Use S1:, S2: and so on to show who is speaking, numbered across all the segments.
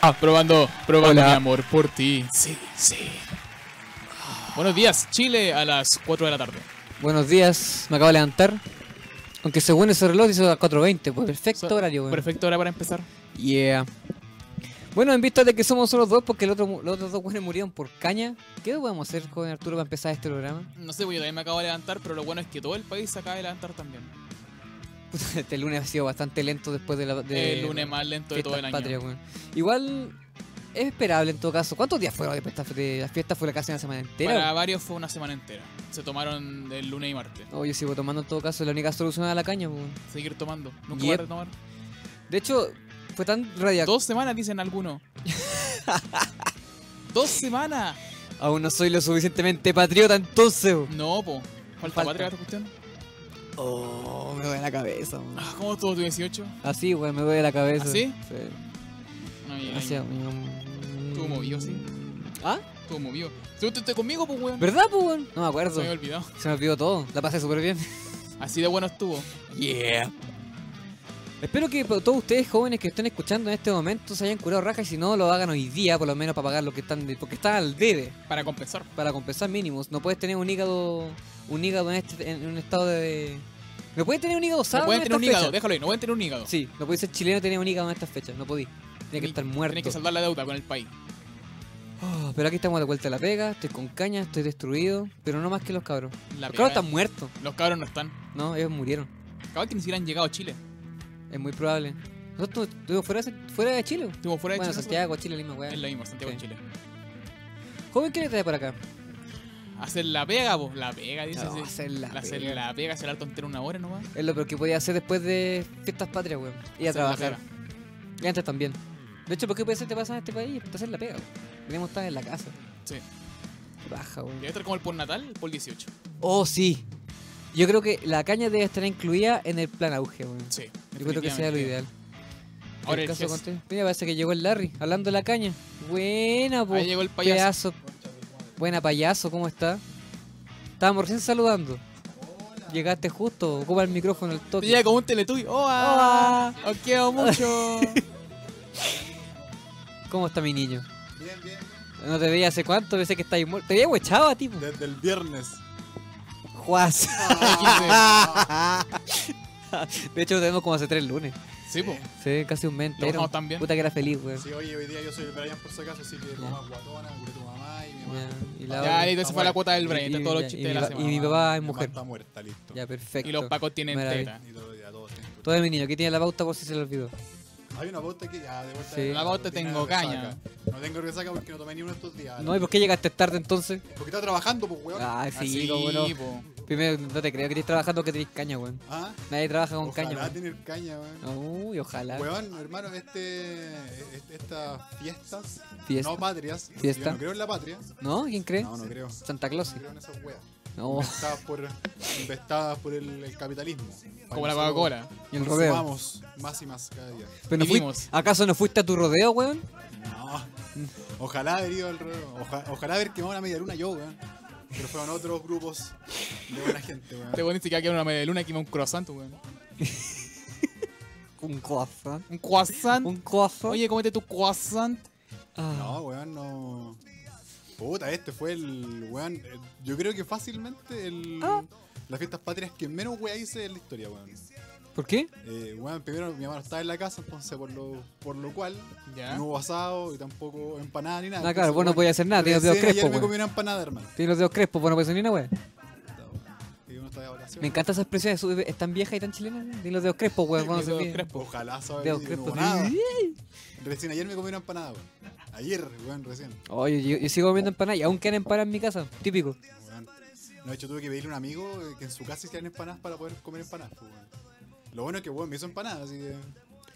S1: Ah, probando, probando
S2: Hola.
S1: mi amor por ti. Sí, sí. Buenos días, Chile, a las 4 de la tarde.
S2: Buenos días, me acabo de levantar. Aunque según ese reloj dice a las 4.20, pues perfecto
S1: So-
S2: horario, weón.
S1: Perfecto hora para empezar.
S2: Yeah. Bueno, en vista de que somos solo dos, porque el otro, mu- los otros dos buenos murieron por caña, ¿qué podemos hacer con Arturo para empezar este programa?
S1: No sé, pues yo también me acabo de levantar, pero lo bueno es que todo el país se acaba de levantar también.
S2: Puta, este lunes ha sido bastante lento después de la. De,
S1: el lunes más lento de
S2: fiestas
S1: todo el año.
S2: patrias, weón. Igual es esperable en todo caso. ¿Cuántos días fueron después de esta fe- de la fiesta? Fue la casi una semana entera.
S1: Para varios fue una semana entera. Se tomaron el lunes y martes.
S2: Oh, yo sigo tomando en todo caso la única solución a la caña, weón.
S1: Seguir tomando. Nunca
S2: Yep.
S1: van a tomar.
S2: De hecho, fue tan radiactivo.
S1: Dos semanas dicen algunos. Dos semanas.
S2: Aún no soy lo suficientemente patriota entonces, weón.
S1: No, po. Falta,
S2: Falta.
S1: patria esta cuestión.
S2: Oh, me duele la cabeza, weón.
S1: Ah, ¿Cómo estuvo tu 18?
S2: Así, weón, me duele la cabeza.
S1: ¿Así?
S2: Sí.
S1: No, ya,
S2: Gracias,
S1: ya.
S2: weón.
S1: Estuvo movido, sí.
S2: ¿Ah?
S1: Estuvo movido. ¿Estuviste conmigo, pues, weón?
S2: ¿Verdad, pues, weón? No me
S1: Se
S2: acuerdo.
S1: me había olvidado.
S2: Se me olvidó todo. La pasé súper bien.
S1: Así de bueno estuvo.
S2: Yeah. Espero que pa- todos ustedes jóvenes que estén escuchando en este momento se hayan curado raja y si no lo hagan hoy día, por lo menos para pagar lo que están de- porque están al debe
S1: Para compensar.
S2: para compensar mínimos. No puedes tener un hígado un hígado en, este- en un estado de no puedes tener un hígado
S1: No
S2: sano
S1: pueden
S2: en
S1: tener un
S2: estas
S1: hígado,
S2: fechas.
S1: déjalo ahí, no pueden tener un hígado.
S2: Sí, no puedes ser chileno y tener un hígado en estas fechas, no podí. Tiene que estar muerto.
S1: Tienes que saldar la deuda con el país.
S2: Oh, pero aquí estamos de vuelta a la pega, estoy con caña, estoy destruido, pero no más que los cabros.
S1: La pega
S2: Los cabros
S1: es-
S2: están muertos,
S1: Los cabros no están.
S2: no, ellos murieron.
S1: Capaz que ni siquiera han llegado a Chile.
S2: Es muy probable. Nosotros estuvimos fuera de, fuera de Chile.
S1: Estuvimos fuera de
S2: bueno,
S1: Chile.
S2: Santiago, Chile, Lima,
S1: nosotros.
S2: weá.
S1: Es lo mismo, Santiago
S2: Sí.
S1: en Chile.
S2: Joven, ¿qué le trae para acá?
S1: Hacer la pega, vos. La pega, dices.
S2: No,
S1: sí.
S2: hacer la
S1: hacer
S2: pega.
S1: la pega, hacer la tontera una hora nomás.
S2: Es lo peor que podía hacer después de fiestas patrias, weón. Ir a
S1: Hacer la
S2: trabajar.
S1: pega.
S2: Y antes también. De hecho, ¿por qué puede ser te pasa en este país? Te hacer la pega, weón. Tenemos estar en la casa.
S1: Sí.
S2: Qué Baja, weón.
S1: Debe estar como el por natal, por 18.
S2: Oh, sí. Yo creo que la caña debe estar incluida en el plan auge, weón.
S1: Sí.
S2: Yo creo que sea lo
S1: definitivamente.
S2: ideal.
S1: Ahora
S2: el
S1: el
S2: caso
S1: Jess.
S2: contigo. Mira, parece que llegó el Larry, hablando de la caña. Buena, po.
S1: Ahí llegó el payaso.
S2: Pedazo. Buena, payaso, ¿cómo está? Estábamos recién saludando. Llegaste justo, ocupa el micrófono el
S1: Te
S2: toque.
S1: llega como un teletubi. ¡Oh, ah! ¡Os quiero mucho!
S2: ¿Cómo está mi niño?
S3: Bien, bien.
S2: No te veía hace cuánto, pensé que estáis muerto. Te veía huechado, tipo.
S3: Desde el viernes.
S2: Juas. De hecho, lo tenemos como hace tres lunes.
S1: sí, po.
S2: Sí, casi un mes
S1: Lo
S2: entero.
S1: bajamos también.
S2: Puta que era feliz, weón.
S3: Sí, oye, hoy día yo soy el Brian por si acaso, así que mamá es guatona, curé tu mamá y mi mamá.
S2: Ya, y la
S1: Ya,
S2: otra-
S1: listo, esa fue la cuota del Brian.
S2: Y-
S1: Está todos los
S2: ya, y
S1: chistes de
S2: mi
S1: la
S2: pa-
S1: semana.
S2: y mi papá es
S3: Mi mamá
S2: mujer.
S3: Está muerta, listo.
S2: Ya, perfecto.
S1: Y los pacos tienen
S2: Maravilla.
S1: teta.
S3: Y todo, ya todos tienen tu-
S2: Todo mi niño, aquí tiene la pauta por si se le olvidó.
S3: Hay una pauta que ya de vuelta.
S2: Sí.
S3: de
S1: La pauta
S3: rutina
S1: tengo
S3: de resaca.
S1: caña.
S3: No tengo resaca porque no tomé ni uno estos
S1: Ah,
S3: días.
S2: No, ¿y por qué llegaste tarde entonces?
S3: Porque estaba trabajando, pues, weón.
S2: Ah, sí,
S1: Así,
S2: cómo no.
S1: po.
S2: Primero, no te creo que estés trabajando que tenés caña, weón.
S3: Ah,
S2: Nadie trabaja con
S3: ojalá
S2: caña, weón.
S3: tener caña, weón.
S2: Uy, ojalá.
S3: Weón, hermano, este, este- estas fiestas,
S2: Fiesta.
S3: no patrias,
S2: Fiesta.
S3: yo no creo en la patria.
S2: ¿No? ¿Quién cree?
S3: No, no creo.
S2: Santa Claus.
S3: No creo en esas weas.
S2: No.
S3: Investadas por, investadas por el, el capitalismo.
S1: Como la Coca-Cola.
S2: Y el rodeo.
S3: Vamos, más y más cada día.
S2: Pero no fui-
S1: Vivimos.
S2: ¿Acaso no fuiste a tu rodeo, weón?
S3: No. Ojalá haber ido al rodeo. Oja- ojalá haber quemado una media luna yo, weón. Pero fueron otros grupos de buena gente, weón.
S1: Te poniste que aquí una media luna y quema un croissant, weón.
S2: Un croissant.
S1: Un croissant.
S2: Un croissant.
S1: Oye, cómete tu croissant.
S2: Ah.
S3: No, weón, no. Puta, este fue el, weón. eh, Yo creo que fácilmente el. Las fiestas patrias que menos weá hice en la historia, weón.
S2: ¿Por qué?
S3: Eh, weón, primero mi hermano estaba en la casa, entonces por lo, por lo cual
S1: Ya.
S3: no hubo asado y tampoco empanada ni nada.
S2: Ah, claro,
S3: Entonces,
S2: vos no
S3: weón,
S2: podías hacer nada, tenías los dedos
S3: recién
S2: crespos,
S3: Ayer me comí
S2: weón.
S3: una empanada, hermano.
S2: Tienes los dedos crespos, vos no puedes hacer ni una, weón.
S3: Y uno está de vacaciones.
S2: Me encantan esas expresiones, sube- es tan vieja y tan chilena. Tienes los dedos crespos, weón. cuando
S1: Los
S2: se
S1: dedos
S2: pide.
S1: crespos.
S3: Ojalá sabes
S2: Dedos
S3: que no
S2: crespos.
S3: hubo nada. Recién ayer me comí una empanada, weón. Ayer, weón, recién.
S2: Oye, yo, yo sigo comiendo empanadas y aún quedan empanadas en mi casa. Típico.
S3: Weón. No, de hecho tuve que pedirle a un amigo eh, que en su casa hicieran empanadas para poder comer empanadas, pues, weón. Lo bueno es que, weón, me hizo empanadas, así que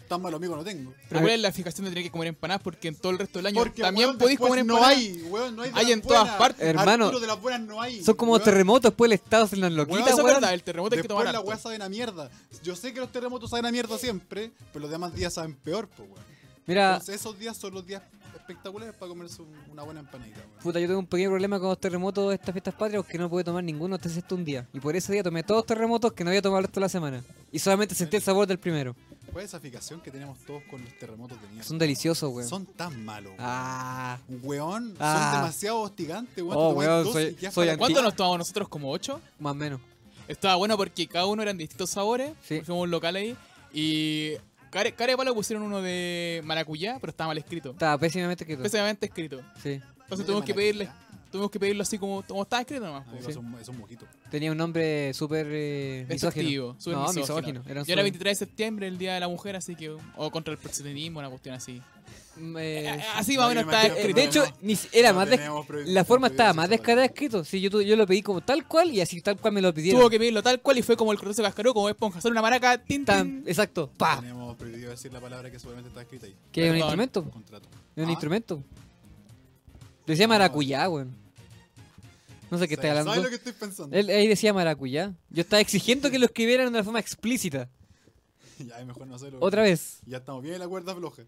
S3: tan malo amigo no tengo.
S1: Pero cuál es la fijación de tener que comer empanadas porque en todo el resto del año
S3: Porque,
S1: también
S3: weón,
S1: podéis
S3: después
S1: comer
S3: No
S1: empanadas.
S3: hay, weón, no hay. de
S1: Hay
S3: las
S1: en todas
S3: buenas.
S1: partes.
S2: Hermano,
S3: Arturo, de las buenas no hay.
S2: Son como
S3: weón.
S2: terremotos, después el estado se las
S3: Weón,
S2: loquita,
S1: Eso es
S2: weón.
S1: verdad, el terremoto hay que
S3: Después
S1: tomar.
S3: las
S1: harto.
S3: weas saben a mierda. Yo sé que los terremotos saben a mierda siempre, pero los demás días saben peor, pues, weón.
S2: Mira,
S3: Entonces, esos días son los días espectaculares para comerse un- una buena empanadita, weón.
S2: puta, yo tengo un pequeño problema con los terremotos de estas fiestas patrias que no pude tomar ninguno hasta este un día. Y por ese día tomé todos los terremotos que no había tomado el resto de la semana. Y solamente sentí el sabor del primero.
S3: ¿Cuál es esa fijación que tenemos todos con los terremotos de mierda?
S2: Son deliciosos, weón.
S3: Son tan malos. weón.
S2: Ah.
S3: Weón,
S2: Ah.
S3: son demasiado hostigantes, weón.
S2: Oh,
S3: Te tomas
S2: weón,
S3: dos
S2: soy-
S3: y quedas
S2: soy
S3: para la-
S1: ¿Cuánto
S2: Anti-
S1: nos tomamos nosotros? ¿Como ocho?
S2: Más o menos.
S1: Estaba bueno porque cada uno eran distintos sabores.
S2: Sí.
S1: Fuimos a un local ahí. Y. Care, Care Palo pusieron uno de maracuyá, pero estaba mal escrito.
S2: Estaba pésimamente escrito.
S1: Pésimamente escrito.
S2: Sí.
S1: Entonces
S3: No
S1: tuvimos
S3: te
S1: que, pedirle,
S3: maravilla.
S1: tuvimos que pedirlo así como, como estaba escrito nomás.
S3: A mí me
S2: Sí.
S3: pasó un- Es un mojito.
S2: Tenía un nombre súper eh, misógino.
S1: Despectivo, súper
S2: no,
S1: misógino. Y
S2: Era
S1: era
S2: súper-
S1: 23 de septiembre, el Día de la Mujer, así que... O contra el proteccionismo, una cuestión así.
S2: Mm, eh,
S1: Eh, así más o
S3: no,
S1: menos
S3: yo
S1: estaba
S3: me
S2: eh,
S1: escrito.
S2: de hecho, ni si- era
S3: No
S2: más des-
S3: tenemos prohibi-
S2: La forma
S3: prohibido
S2: estaba
S3: decir
S2: más
S3: esa
S2: descarada
S3: palabra.
S2: escrito. Sí, yo, tu- yo lo pedí como tal cual y así tal cual me lo pidieron.
S1: Tuvo que pedirlo tal cual y fue como el cortazo cascaró, como esponja, hacer una maraca, tin,
S2: Tan- eh,
S1: tin.
S2: exacto. Pa.
S3: Tenemos prohibido decir la palabra que seguramente está escrita ahí.
S2: Que es
S1: Perdón.
S2: un instrumento.
S3: Contrato.
S2: Es un
S3: Ah.
S2: instrumento. Decía
S3: No.
S2: maracuyá, weón. No sé qué está
S3: ¿Sabes-
S2: hablando.
S3: ¿Sabes lo que estoy pensando?
S2: Él ahí decía maracuyá. Yo estaba exigiendo que lo escribieran de una forma explícita.
S3: Ya, es mejor no hacerlo.
S2: Otra vez.
S3: Ya estamos bien en la cuerda floja.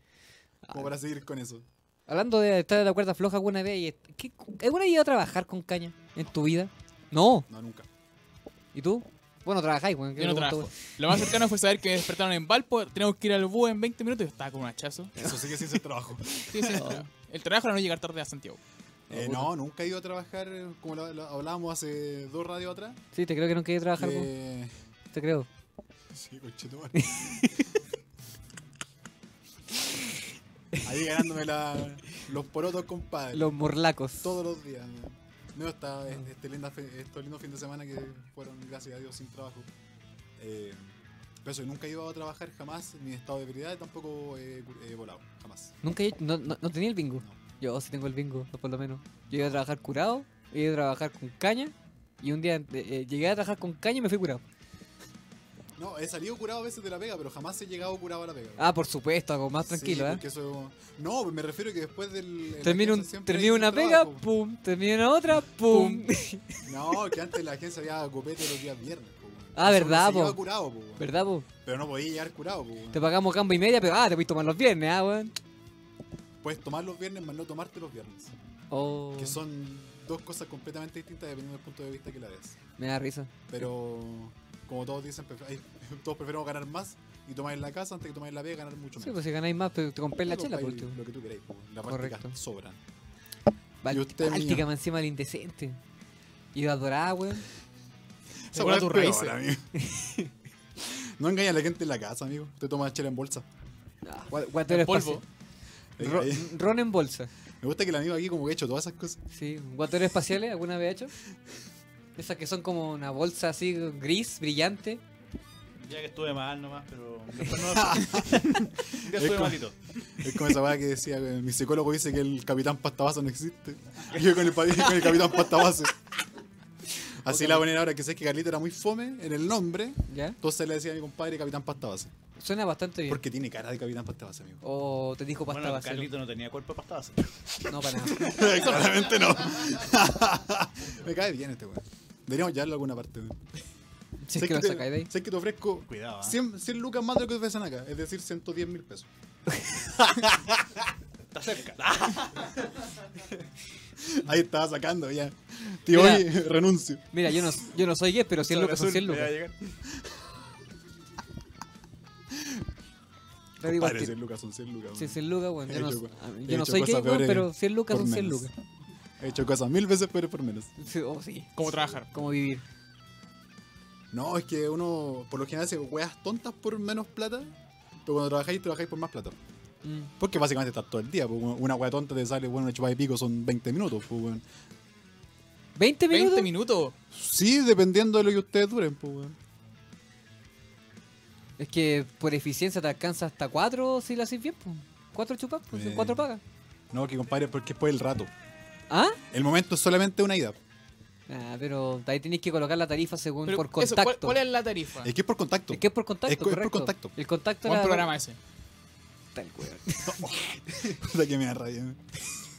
S3: Como para seguir con eso.
S2: Hablando de estar de la cuerda floja alguna vez. y est- ¿qué- ¿Alguna vez has ido a trabajar con caña en tu vida? No.
S3: No, nunca.
S2: ¿Y tú? Bueno, trabajáis, weón. ¿qué
S1: Yo no
S2: te pregunto,
S1: trabajo. Lo más cercano fue saber que me despertaron en Valpo, tenemos que ir al bus en 20 minutos y yo estaba con un hachazo.
S3: Eso sigue sin ser trabajo.
S1: Sí, sí,
S2: Oh.
S1: El trabajo era no llegar tarde a Santiago.
S3: Eh, no, nunca he ido a trabajar eh, como lo- lo hablábamos hace dos radios atrás.
S2: weón? Sí, te creo que no quería trabajar, weón.
S3: Eh,
S2: Te creo.
S3: Sí, conchetumare. Ahí ganándome la- los porotos, compadre.
S2: Los morlacos.
S3: Todos los días. No, está este, linda fe- estos lindos fines de semana que fueron, gracias a Dios, sin trabajo. Eh, pero eso, nunca he ido a trabajar jamás, ni en estado de ebriedad, tampoco he he volado, jamás.
S2: Nunca he- no, no, no tenía el bingo.
S3: No.
S2: Yo sí tengo el bingo, por lo menos. Yo iba a trabajar curado, iba a trabajar con caña. Y un día eh, eh, llegué a trabajar con caña y me fui curado.
S3: No, he salido curado a veces de la pega, pero jamás he llegado curado a la pega.
S2: Ah, por supuesto, algo más
S3: Sí,
S2: tranquilo, ¿eh?
S3: porque eso- No, me refiero que después del. en
S2: Termino,
S3: la
S2: un,
S3: agencia siempre
S2: termino
S3: hay
S2: una pega,
S3: trabajo.
S2: pum. Termino una otra, pum.
S3: No, que antes la agencia había copete los días viernes, po, weón.
S2: Ah,
S3: Eso
S2: ¿verdad,
S3: uno se
S2: po?
S3: iba curado, po, weón.
S2: ¿Verdad, po?
S3: Pero no podía llegar curado, po, weón.
S2: Te pagamos gamba y media, pero ah, te voy a tomar los viernes, ah, weón.
S3: Puedes tomar los viernes, más no tomarte los viernes.
S2: Oh,
S3: Que son dos cosas completamente distintas dependiendo del punto de vista que la des.
S2: me da risa.
S3: Pero, como todos dicen, pref- ay, todos preferimos ganar más y tomar en la casa antes que tomar en la pega y ganar mucho más.
S2: Sí, pues si ganáis más, pero te compré la chela, por último.
S3: Lo que tú queréis, po, weón. La
S2: Correcto.
S3: práctica sobran.
S2: Báltica,
S3: usted, niño?
S2: Báltica, más encima del indecente. Iba dorada, weón.
S1: Se vuelve a tus
S3: Peor,
S1: raíces.
S3: amigo. no engañes a la gente en la casa, amigo. Te tomas chela en bolsa.
S2: Ah,
S1: En
S2: guatero
S1: polvo.
S2: espacial.
S3: Eh,
S2: Ro-
S3: eh,
S2: Ron en bolsa.
S3: Me gusta que el amigo aquí como que ha hecho todas esas cosas.
S2: Sí, guateros espaciales, ¿alguna vez ha hecho? Esas que son como una bolsa así gris, brillante.
S4: Ya que estuve mal nomás, pero. Después no. ya estuve
S3: como-
S4: malito.
S3: Es como esa weá que decía, eh, mi psicólogo dice que el capitán pastabase no existe. Y yo con el, pa- con el capitán pastabase. Así la voy a poner ahora, que sé que Carlita era muy fome en el nombre.
S2: ¿Ya?
S3: Entonces le decía a mi compadre capitán pastabase.
S2: Suena bastante bien.
S3: Porque tiene cara de capitán pastabase, amigo.
S2: O te dijo pasta
S4: Bueno,
S2: base.
S4: Carlito no tenía cuerpo de pasta base.
S2: No, para nada.
S3: Claramente no. Me cae bien este weón. Deberíamos llevarlo a alguna parte. weón.
S2: Si es
S3: Sé
S2: que lo
S3: te-
S2: sacáis de ahí.
S3: sé que te ofrezco
S4: Cuidado,
S2: ¿ah?
S4: ¿eh?
S3: 100, 100 lucas más de lo que te ofrecen acá. Es decir, 110 mil pesos.
S4: Está cerca. ¡Ah!
S3: Ahí estaba sacando ya. Tío,
S2: Mira.
S3: oye, renuncio.
S2: Mira, yo no, yo no soy gay, pero 100 lucas son 100
S4: Me va a
S2: lucas.
S4: llegar.
S2: Lo digo al
S3: Padre,
S2: tiro.
S3: 100 lucas son 100 lucas.
S2: Sí,
S3: weón.
S2: 100 lucas, weón. Yo
S3: He
S2: no,
S3: hecho-
S2: a mí-
S3: he
S2: yo no
S3: hecho
S2: soy gay, weón,
S3: cosas peores
S2: pero 100 lucas
S3: por
S2: son 100
S3: menos.
S2: lucas.
S3: He hecho cosas mil veces pero por menos.
S2: Sí, oh, sí.
S1: Como trabajar.
S2: Como vivir.
S3: No, es que uno por lo general hace weas tontas por menos plata, pero cuando trabajáis, trabajáis por más plata.
S2: Mm.
S3: Porque básicamente estás todo el día, pues, weón. una wea tonta te sale, bueno, una chupada de pico son 20 minutos, pues, weón.
S2: ¿20 minutos?
S1: 20 minutos.
S3: Sí, dependiendo de lo que ustedes duren, pues, weón.
S2: Es que por eficiencia te alcanza hasta 4 si lo haces bien, pues. 4 chupas, pues,
S3: Eh.
S2: 4 pagas.
S3: No, que compadre, porque es por el rato.
S2: ¿Ah?
S3: El momento es solamente una ida.
S2: Ah, pero ahí tenéis que colocar la tarifa según
S1: Pero
S2: por
S1: eso,
S2: contacto.
S1: ¿cuál, cuál es la tarifa?
S3: Es que es por contacto.
S2: Ah. Es que es por contacto,
S3: Es co- es por
S2: correcto.
S3: contacto.
S2: El contacto
S1: Buen
S2: era-
S1: programa ese.
S2: Tal cual.
S3: Puta que me da rabia.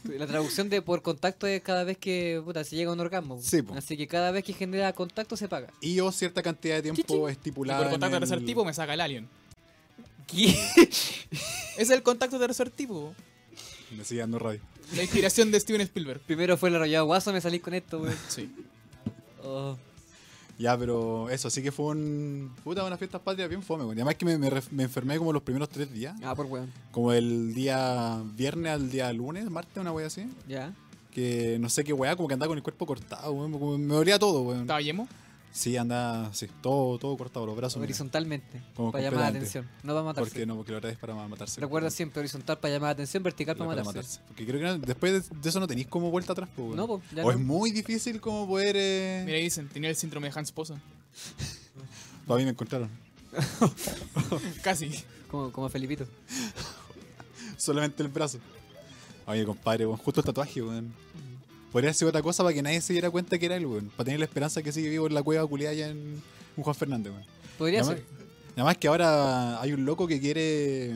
S2: La traducción de por contacto es cada vez que puta, se llega a un orgasmo.
S3: Sí, po.
S2: Así que cada vez que genera contacto se paga.
S3: Y yo cierta cantidad de tiempo
S2: Chichi.
S1: Y
S3: estipulada.
S1: por contacto de
S3: en el-
S1: tercer tipo me saca el alien.
S2: ¿Qué?
S1: Ese es el contacto de tercer tipo.
S3: Me sigue dando rabia.
S1: La inspiración de Steven Spielberg.
S2: Primero fue el arrollado guaso, me salís con esto, güey.
S1: Sí.
S2: Oh.
S3: Ya, pero eso, así que fue un. Puta, unas fiestas patrias bien fome, weón. Y Además que me, me ref- me enfermé como los primeros tres días.
S2: Ah, por weón.
S3: Como el día viernes al día lunes, martes, una wea así.
S2: Ya.
S3: Que no sé qué weá, como que andaba con el cuerpo cortado, weón. como me dolía todo, weón.
S1: ¿Estaba yemo?
S3: Sí, andaba, sí, todo, todo cortado, los brazos. mira.
S2: Horizontalmente.
S3: Como
S2: para llamar la
S3: completamente.
S2: atención. No va a matarse.
S3: Porque no, porque lo es para ma- matarse.
S2: Recuerda siempre horizontal para llamar la atención, vertical para
S3: Para
S2: matarse.
S3: matarse. Porque creo que no- después de, de eso no tenéis como vuelta atrás, pues, weón.
S2: No, pues, ya
S3: O
S2: no.
S3: es muy difícil como poder. eh,
S1: Mira, ahí dicen, tenía el síndrome de Hans Poza.
S3: A mí me encontraron.
S1: Casi.
S2: Como, como Felipito.
S3: Solamente el brazo. Oye, compadre, weón, justo el tatuaje, weón. Podría haber sido otra cosa para que nadie se diera cuenta que era él, weón. Para tener la esperanza que sigue vivo en la cueva culiada allá en en Juan Fernández, weón.
S2: Podría
S3: Nada
S2: ser.
S3: más- nada más que ahora hay un loco que quiere.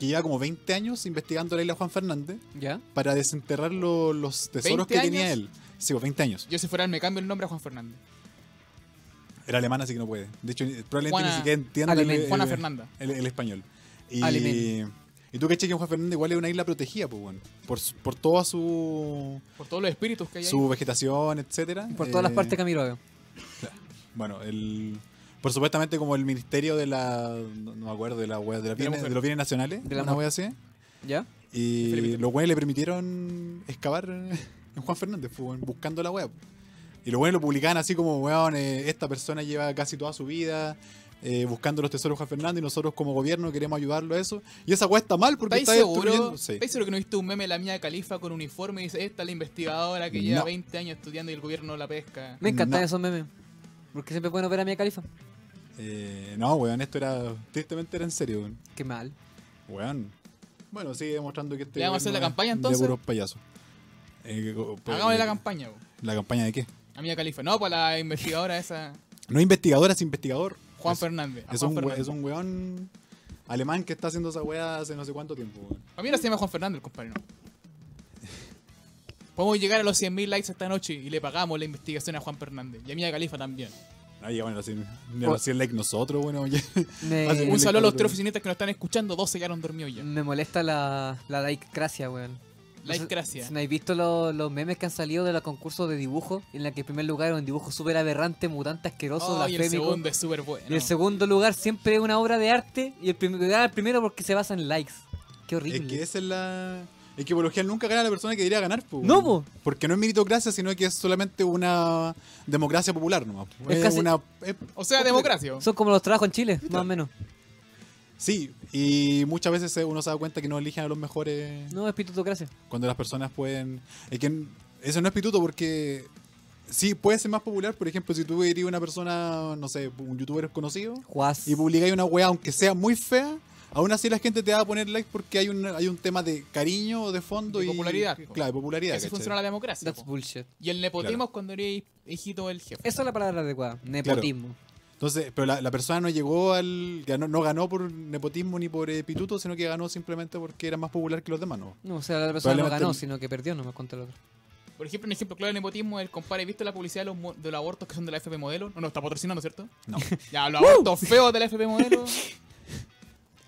S3: que lleva como 20 años investigando la isla Juan Fernández
S2: ¿Ya?
S3: para desenterrar lo- los tesoros
S1: 20
S3: que tenía
S1: años.
S3: él. Sí, pues, 20 años.
S1: Yo si fuera él me cambio el nombre a Juan Fernández.
S3: Era alemana, así que no puede. De hecho, probablemente ni
S1: Juana-
S3: siquiera entienda el,
S2: Alemán.
S3: el-
S1: Juana Fernanda.
S3: el- el español. Y,
S2: Alemán.
S3: y tú caché que Juan Fernández igual es una isla protegida, pues, weón. Por, su- por toda su,
S1: Por todos los espíritus que hay ahí.
S3: su vegetación, etcétera.
S2: Por todas las
S3: Eh,
S2: partes de Camiroaga.
S3: Bueno, el. Por supuestamente como el ministerio de la... No no me acuerdo, de la wea- de, las
S1: De la
S3: bienes-
S1: mujer.
S3: de los bienes nacionales.
S2: De la
S3: una
S2: mujer.
S3: wea así.
S2: ¿Ya?
S1: De
S3: Y
S1: Felipe.
S3: los weones le permitieron excavar en Juan Fernández, pues, weón, buscando la web. Y los weones lo publicaban así como, weón, eh, esta persona lleva casi toda su vida eh, buscando los tesoros de Juan Fernández y nosotros como gobierno queremos ayudarlo a eso. Y esa weá está mal porque
S1: ¿Estáis
S3: está
S1: seguro?
S3: destruyendo- Sí.
S1: ¿Estáis seguro que no viste un meme de la mía califa con uniforme y dice, esta es la investigadora que lleva
S3: No.
S1: 20 años estudiando y el gobierno la pesca?
S2: Me encantan
S3: No.
S2: esos memes. Porque siempre pueden ver a mi califa.
S3: Eh, no, weón, esto era... Tristemente era en serio, weón.
S2: Qué mal.
S3: Weón. Bueno, sigue demostrando que este...
S1: ¿Le vamos a hacer
S3: gobierno
S1: la campaña,
S3: es
S1: entonces?
S3: De puros payasos. Eh, go- pues,
S1: Hagámosle la
S3: eh,
S1: campaña, bo.
S3: ¿La campaña de qué?
S1: A Mía Califa. No, para la investigadora esa,
S3: No investigadora, es investigador.
S1: Juan
S3: Es-
S1: Fernández. A
S3: Es
S1: Juan
S3: un, we-
S1: Fernández.
S3: es un weón alemán que está haciendo esa weá hace no sé cuánto tiempo, weón.
S1: A mí no se llama Juan Fernández, el compadre, no. Podemos llegar a los 100.000 likes esta noche y le pagamos la investigación a Juan Fernández. Y a Mía Califa también.
S3: No llegamos a los 100 ni a
S2: Oh.
S3: los 100 likes nosotros, bueno, oye.
S2: Me,
S3: Hace
S1: Un saludo a los
S3: espectacular.
S1: tres oficinistas que nos están escuchando, dos se quedaron dormidos ya.
S2: me molesta la, la laikracia, weón. No sé
S1: Likecracia.
S2: Si no habéis visto lo- los memes que han salido de los concursos de dibujo, en la que en primer lugar es un dibujo súper aberrante, mutante, asqueroso,
S1: Oh, y el
S2: blasfémico.
S1: segundo es súper bueno.
S2: Y el segundo lugar siempre es una obra de arte y el primer lugar el primero porque se basa en likes. Qué horrible.
S3: Es que esa es la. Es que apología nunca gana la persona que debería ganar, pues.
S2: No,
S3: weón.
S2: po.
S3: Porque no es meritocracia, sino que es solamente una democracia popular nomás. po.
S2: Es
S3: Es
S2: casi-
S3: una. es-
S1: O sea, democracia. bo.
S2: Son como los trabajos en Chile, más o menos.
S3: Sí, y muchas veces eh, uno se da cuenta que no eligen a los mejores.
S2: No es pitutocracia.
S3: Cuando las personas pueden. Es que n- eso no es pituto porque. Sí, puede ser más popular, por ejemplo, si tú eres una persona, no sé, un youtuber conocido
S2: Juaz.
S3: y publicáis una weá, aunque sea muy fea, aún así la gente te va a poner like porque hay un, hay un tema de cariño de fondo
S1: De
S3: y.
S1: popularidad, po.
S3: Claro, de popularidad.
S1: Así
S3: ¿cachai?
S1: funciona la democracia.
S2: That's
S1: po.
S2: bullshit.
S1: Y el nepotismo
S3: Claro.
S1: es cuando eres hijito del jefe.
S2: Esa es la palabra adecuada. Nepotismo.
S3: Entonces, pero la, la persona no llegó al. Ganó, no ganó por nepotismo ni por eh, pituto, sino que ganó simplemente porque era más popular que los demás, ¿no?
S2: No, o sea, la persona no
S3: Probablemente-
S2: ganó, sino que perdió nomás contra el otro.
S1: Por ejemplo, un ejemplo claro de nepotismo es el compadre. ¿Viste la publicidad de los, mo- de los abortos que son de la FP Modelo? No, no, está patrocinando, ¿cierto?
S3: No.
S1: Ya, los abortos feos de la FP Modelo.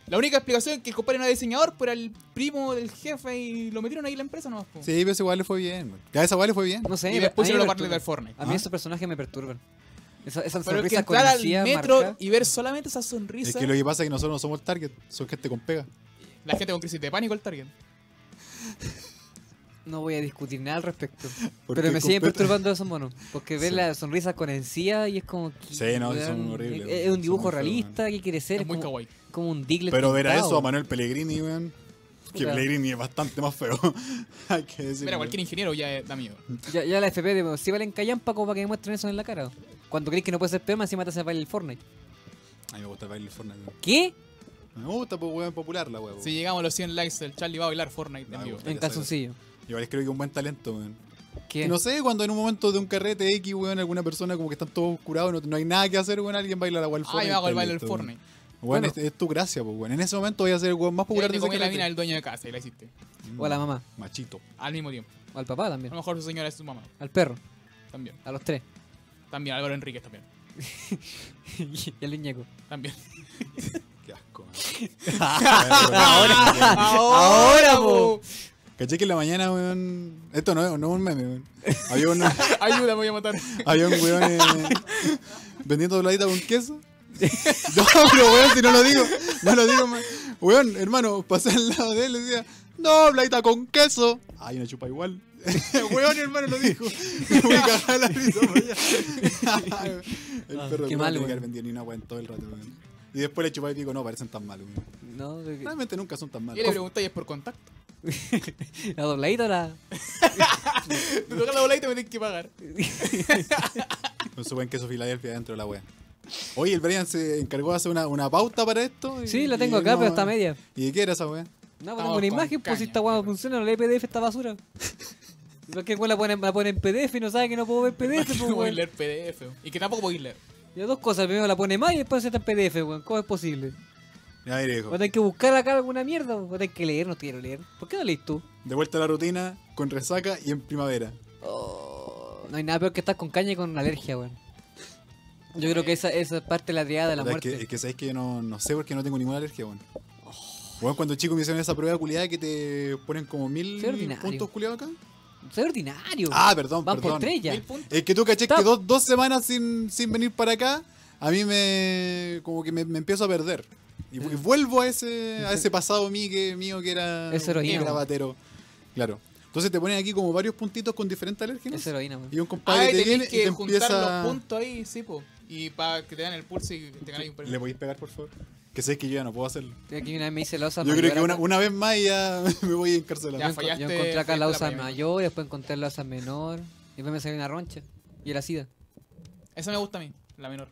S1: La única explicación es que el compadre no era diseñador, pero era el primo del jefe y lo metieron ahí en la empresa nomás. po.
S3: Sí, pero ese igual le fue bien. weón. Ya esa weá le fue bien.
S2: No sé.
S1: Y
S2: me-
S1: después
S2: a mí
S1: hicieron
S2: me
S1: los Bartlett
S2: perturban.
S1: del Fortnite.
S2: A mí
S3: ¿Ah?
S2: esos personajes me perturban. Esa, esa
S1: Pero es que
S2: sonrisa
S1: entrar al
S2: conocida,
S1: metro
S2: marcada.
S1: y ver solamente esa sonrisa.
S3: Es que lo que pasa es que nosotros no somos el target, son gente con pega.
S1: La gente con crisis de pánico al Target.
S2: No voy a discutir nada al respecto.
S3: ¿Por
S2: Pero
S3: qué
S2: me siguen
S3: compete-
S2: perturbando esos monos. Porque ver
S3: Sí.
S2: las sonrisas con encía y es como. que-
S3: Sí, no, son
S2: weón,
S3: horribles,
S2: Es, es
S3: son
S2: un dibujo
S3: muy feos,
S2: realista, ¿qué quiere ser?
S1: Es muy
S2: como,
S1: kawaii.
S2: como un Diglett.
S3: Pero ver a
S2: pintado.
S3: eso a Manuel Pellegrini, weón. Que
S2: Puta.
S3: Pellegrini es bastante más feo. Hay que decirlo.
S1: Mira, cualquier ingeniero ya eh, da miedo.
S2: Ya, ya la FP de si valen callampa como para que me muestren eso en la cara. Cuando crees que no puede ser peor, más encima te hace bailar el Fortnite.
S3: A mí me gusta el baile del Fortnite. weón.
S2: ¿Qué?
S3: Me gusta, pues, weón, popular la weón.
S1: Si llegamos a los 100 likes, el Charlie va a bailar Fortnite
S3: No,
S1: en vivo.
S3: bueno.
S2: En calzoncillo.
S3: Igual creo que es un buen talento, weón.
S2: ¿Qué?
S3: No sé, cuando en un momento de un carrete X, weón, alguna persona como que están todos curados, no, no hay nada que hacer, weón, alguien baila la weá del
S1: Ah,
S3: Fortnite.
S1: yo hago el baile del
S3: listo, weón.
S1: Fortnite.
S3: Weón,
S2: Bueno.
S3: es, es tu gracia, pues, weón. En ese momento voy a ser el weón
S1: Y
S3: más
S1: ahí
S3: popular
S1: te comí la
S3: carrete.
S1: mina del dueño de casa y la hiciste.
S2: O a la mamá.
S3: Machito.
S1: Al mismo tiempo.
S2: O al papá
S1: A
S2: también.
S1: lo mejor su señora es su mamá.
S2: Al perro.
S1: También.
S2: A los tres.
S1: También. Álvaro Enríquez también.
S2: y al ñeco.
S1: También.
S3: Qué asco, Ah, weón. Ahora,
S1: ¡Ahora,
S2: po!
S3: Caché que en la mañana, weón. Esto no es, no es un meme, weón. Había un,
S1: Ayuda, me voy a matar.
S3: había un weón eh, vendiendo dobladita con queso. No, pero weón, si no lo digo, no lo digo, man. Weón, hermano, pasé al lado de él y decía, no, dobladita con queso. Ay, una chupa igual. weón, hermano, lo dijo. Me voy a cagar la risa, weón. El
S2: Ah,
S3: perro
S2: qué
S3: culiao
S2: mal,
S3: tenía que
S2: weón.
S3: haber vendido ni una weón todo el rato, weón. Y después le chupé y digo, no, parecen tan malos, weón.
S2: No, de
S1: Ah.
S2: que-
S3: Realmente nunca son tan
S1: Y
S3: malos.
S1: le pregunté, ¿y es por contacto?
S2: la dobladita o la.
S1: Te toca la bola y te me tenés que pagar.
S3: Con su buen queso Filadelfia dentro de la wea. Oye, el Brian se encargó de hacer una, una pauta para esto. y-
S2: Sí, la
S3: y
S2: tengo acá,
S3: no-
S2: pero está media.
S3: ¿Y de qué era esa wea?
S2: No,
S1: Estamos
S2: ponemos una
S1: con
S2: imagen, pues si
S1: caña,
S2: esta guapa
S1: pero-
S2: funciona, no lee PDF esta basura. Pero que weón la ponen, la ponen en PDF y no sabe que no puedo ver PDF, pues,
S1: No voy a
S2: weón.
S1: leer PDF. Y que tampoco voy a leer.
S2: Ya dos cosas, primero la pone más y después está en PDF, weón. ¿Cómo es posible?
S3: Ya, mire, hijo.
S2: Voy a tener que buscar acá alguna mierda, weón. voy a tener que leer, no quiero leer. ¿Por qué no lees tú?
S3: De vuelta a la rutina, con resaca y en primavera.
S2: Oh, no hay nada peor que estar con caña y con alergia, weón. Yo creo que esa, esa es parte de la triada de la
S3: O sea, es, que,
S2: muerte.
S3: es que sabéis que yo no, no sé por qué no tengo ninguna alergia, weón. Weón, cuando chicos me hicieron esa prueba culiada que te ponen como mil
S2: Qué ordinario.
S3: puntos culiados acá.
S2: Soy ordinario.
S3: Ah, perdón,
S2: Van
S3: perdón.
S2: por tres ya.
S1: Mil puntos.
S3: Es que tú caché
S2: Tap.
S3: que dos, dos semanas sin, sin venir para acá, a mí me. como que me, me empiezo a perder. Y,
S2: Eh.
S3: vu- y vuelvo a ese, a ese pasado mío que, mío que era.
S2: Es heroína,
S3: que era
S2: weón.
S3: batero. Claro. Entonces te ponen aquí como varios puntitos con diferentes alergias.
S2: Es heroína, weón.
S3: Y un compadre
S1: Ah,
S3: te
S1: tenés
S3: viene y
S1: que
S3: te
S1: juntar
S3: empieza.
S1: los puntos ahí, sí, po. Y para que te dan el pulso y te ganen un
S3: ¿Le
S1: premio.
S3: podéis pegar, por favor? Que sé que yo ya no puedo hacerlo.
S2: Estoy Aquí una vez me hice la osa
S3: yo creo
S2: mayor,
S3: que una,
S2: weón.
S3: una vez más y ya me voy a
S1: Ya
S2: Yo,
S3: encarcelar.
S2: enco-
S1: fallaste,
S2: yo encontré acá
S1: fallaste
S2: la
S1: la
S2: osa
S1: primera.
S2: mayor, después encontré la osa menor. Después me salió una roncha. Y era sida.
S1: Esa me gusta a mí, la menor.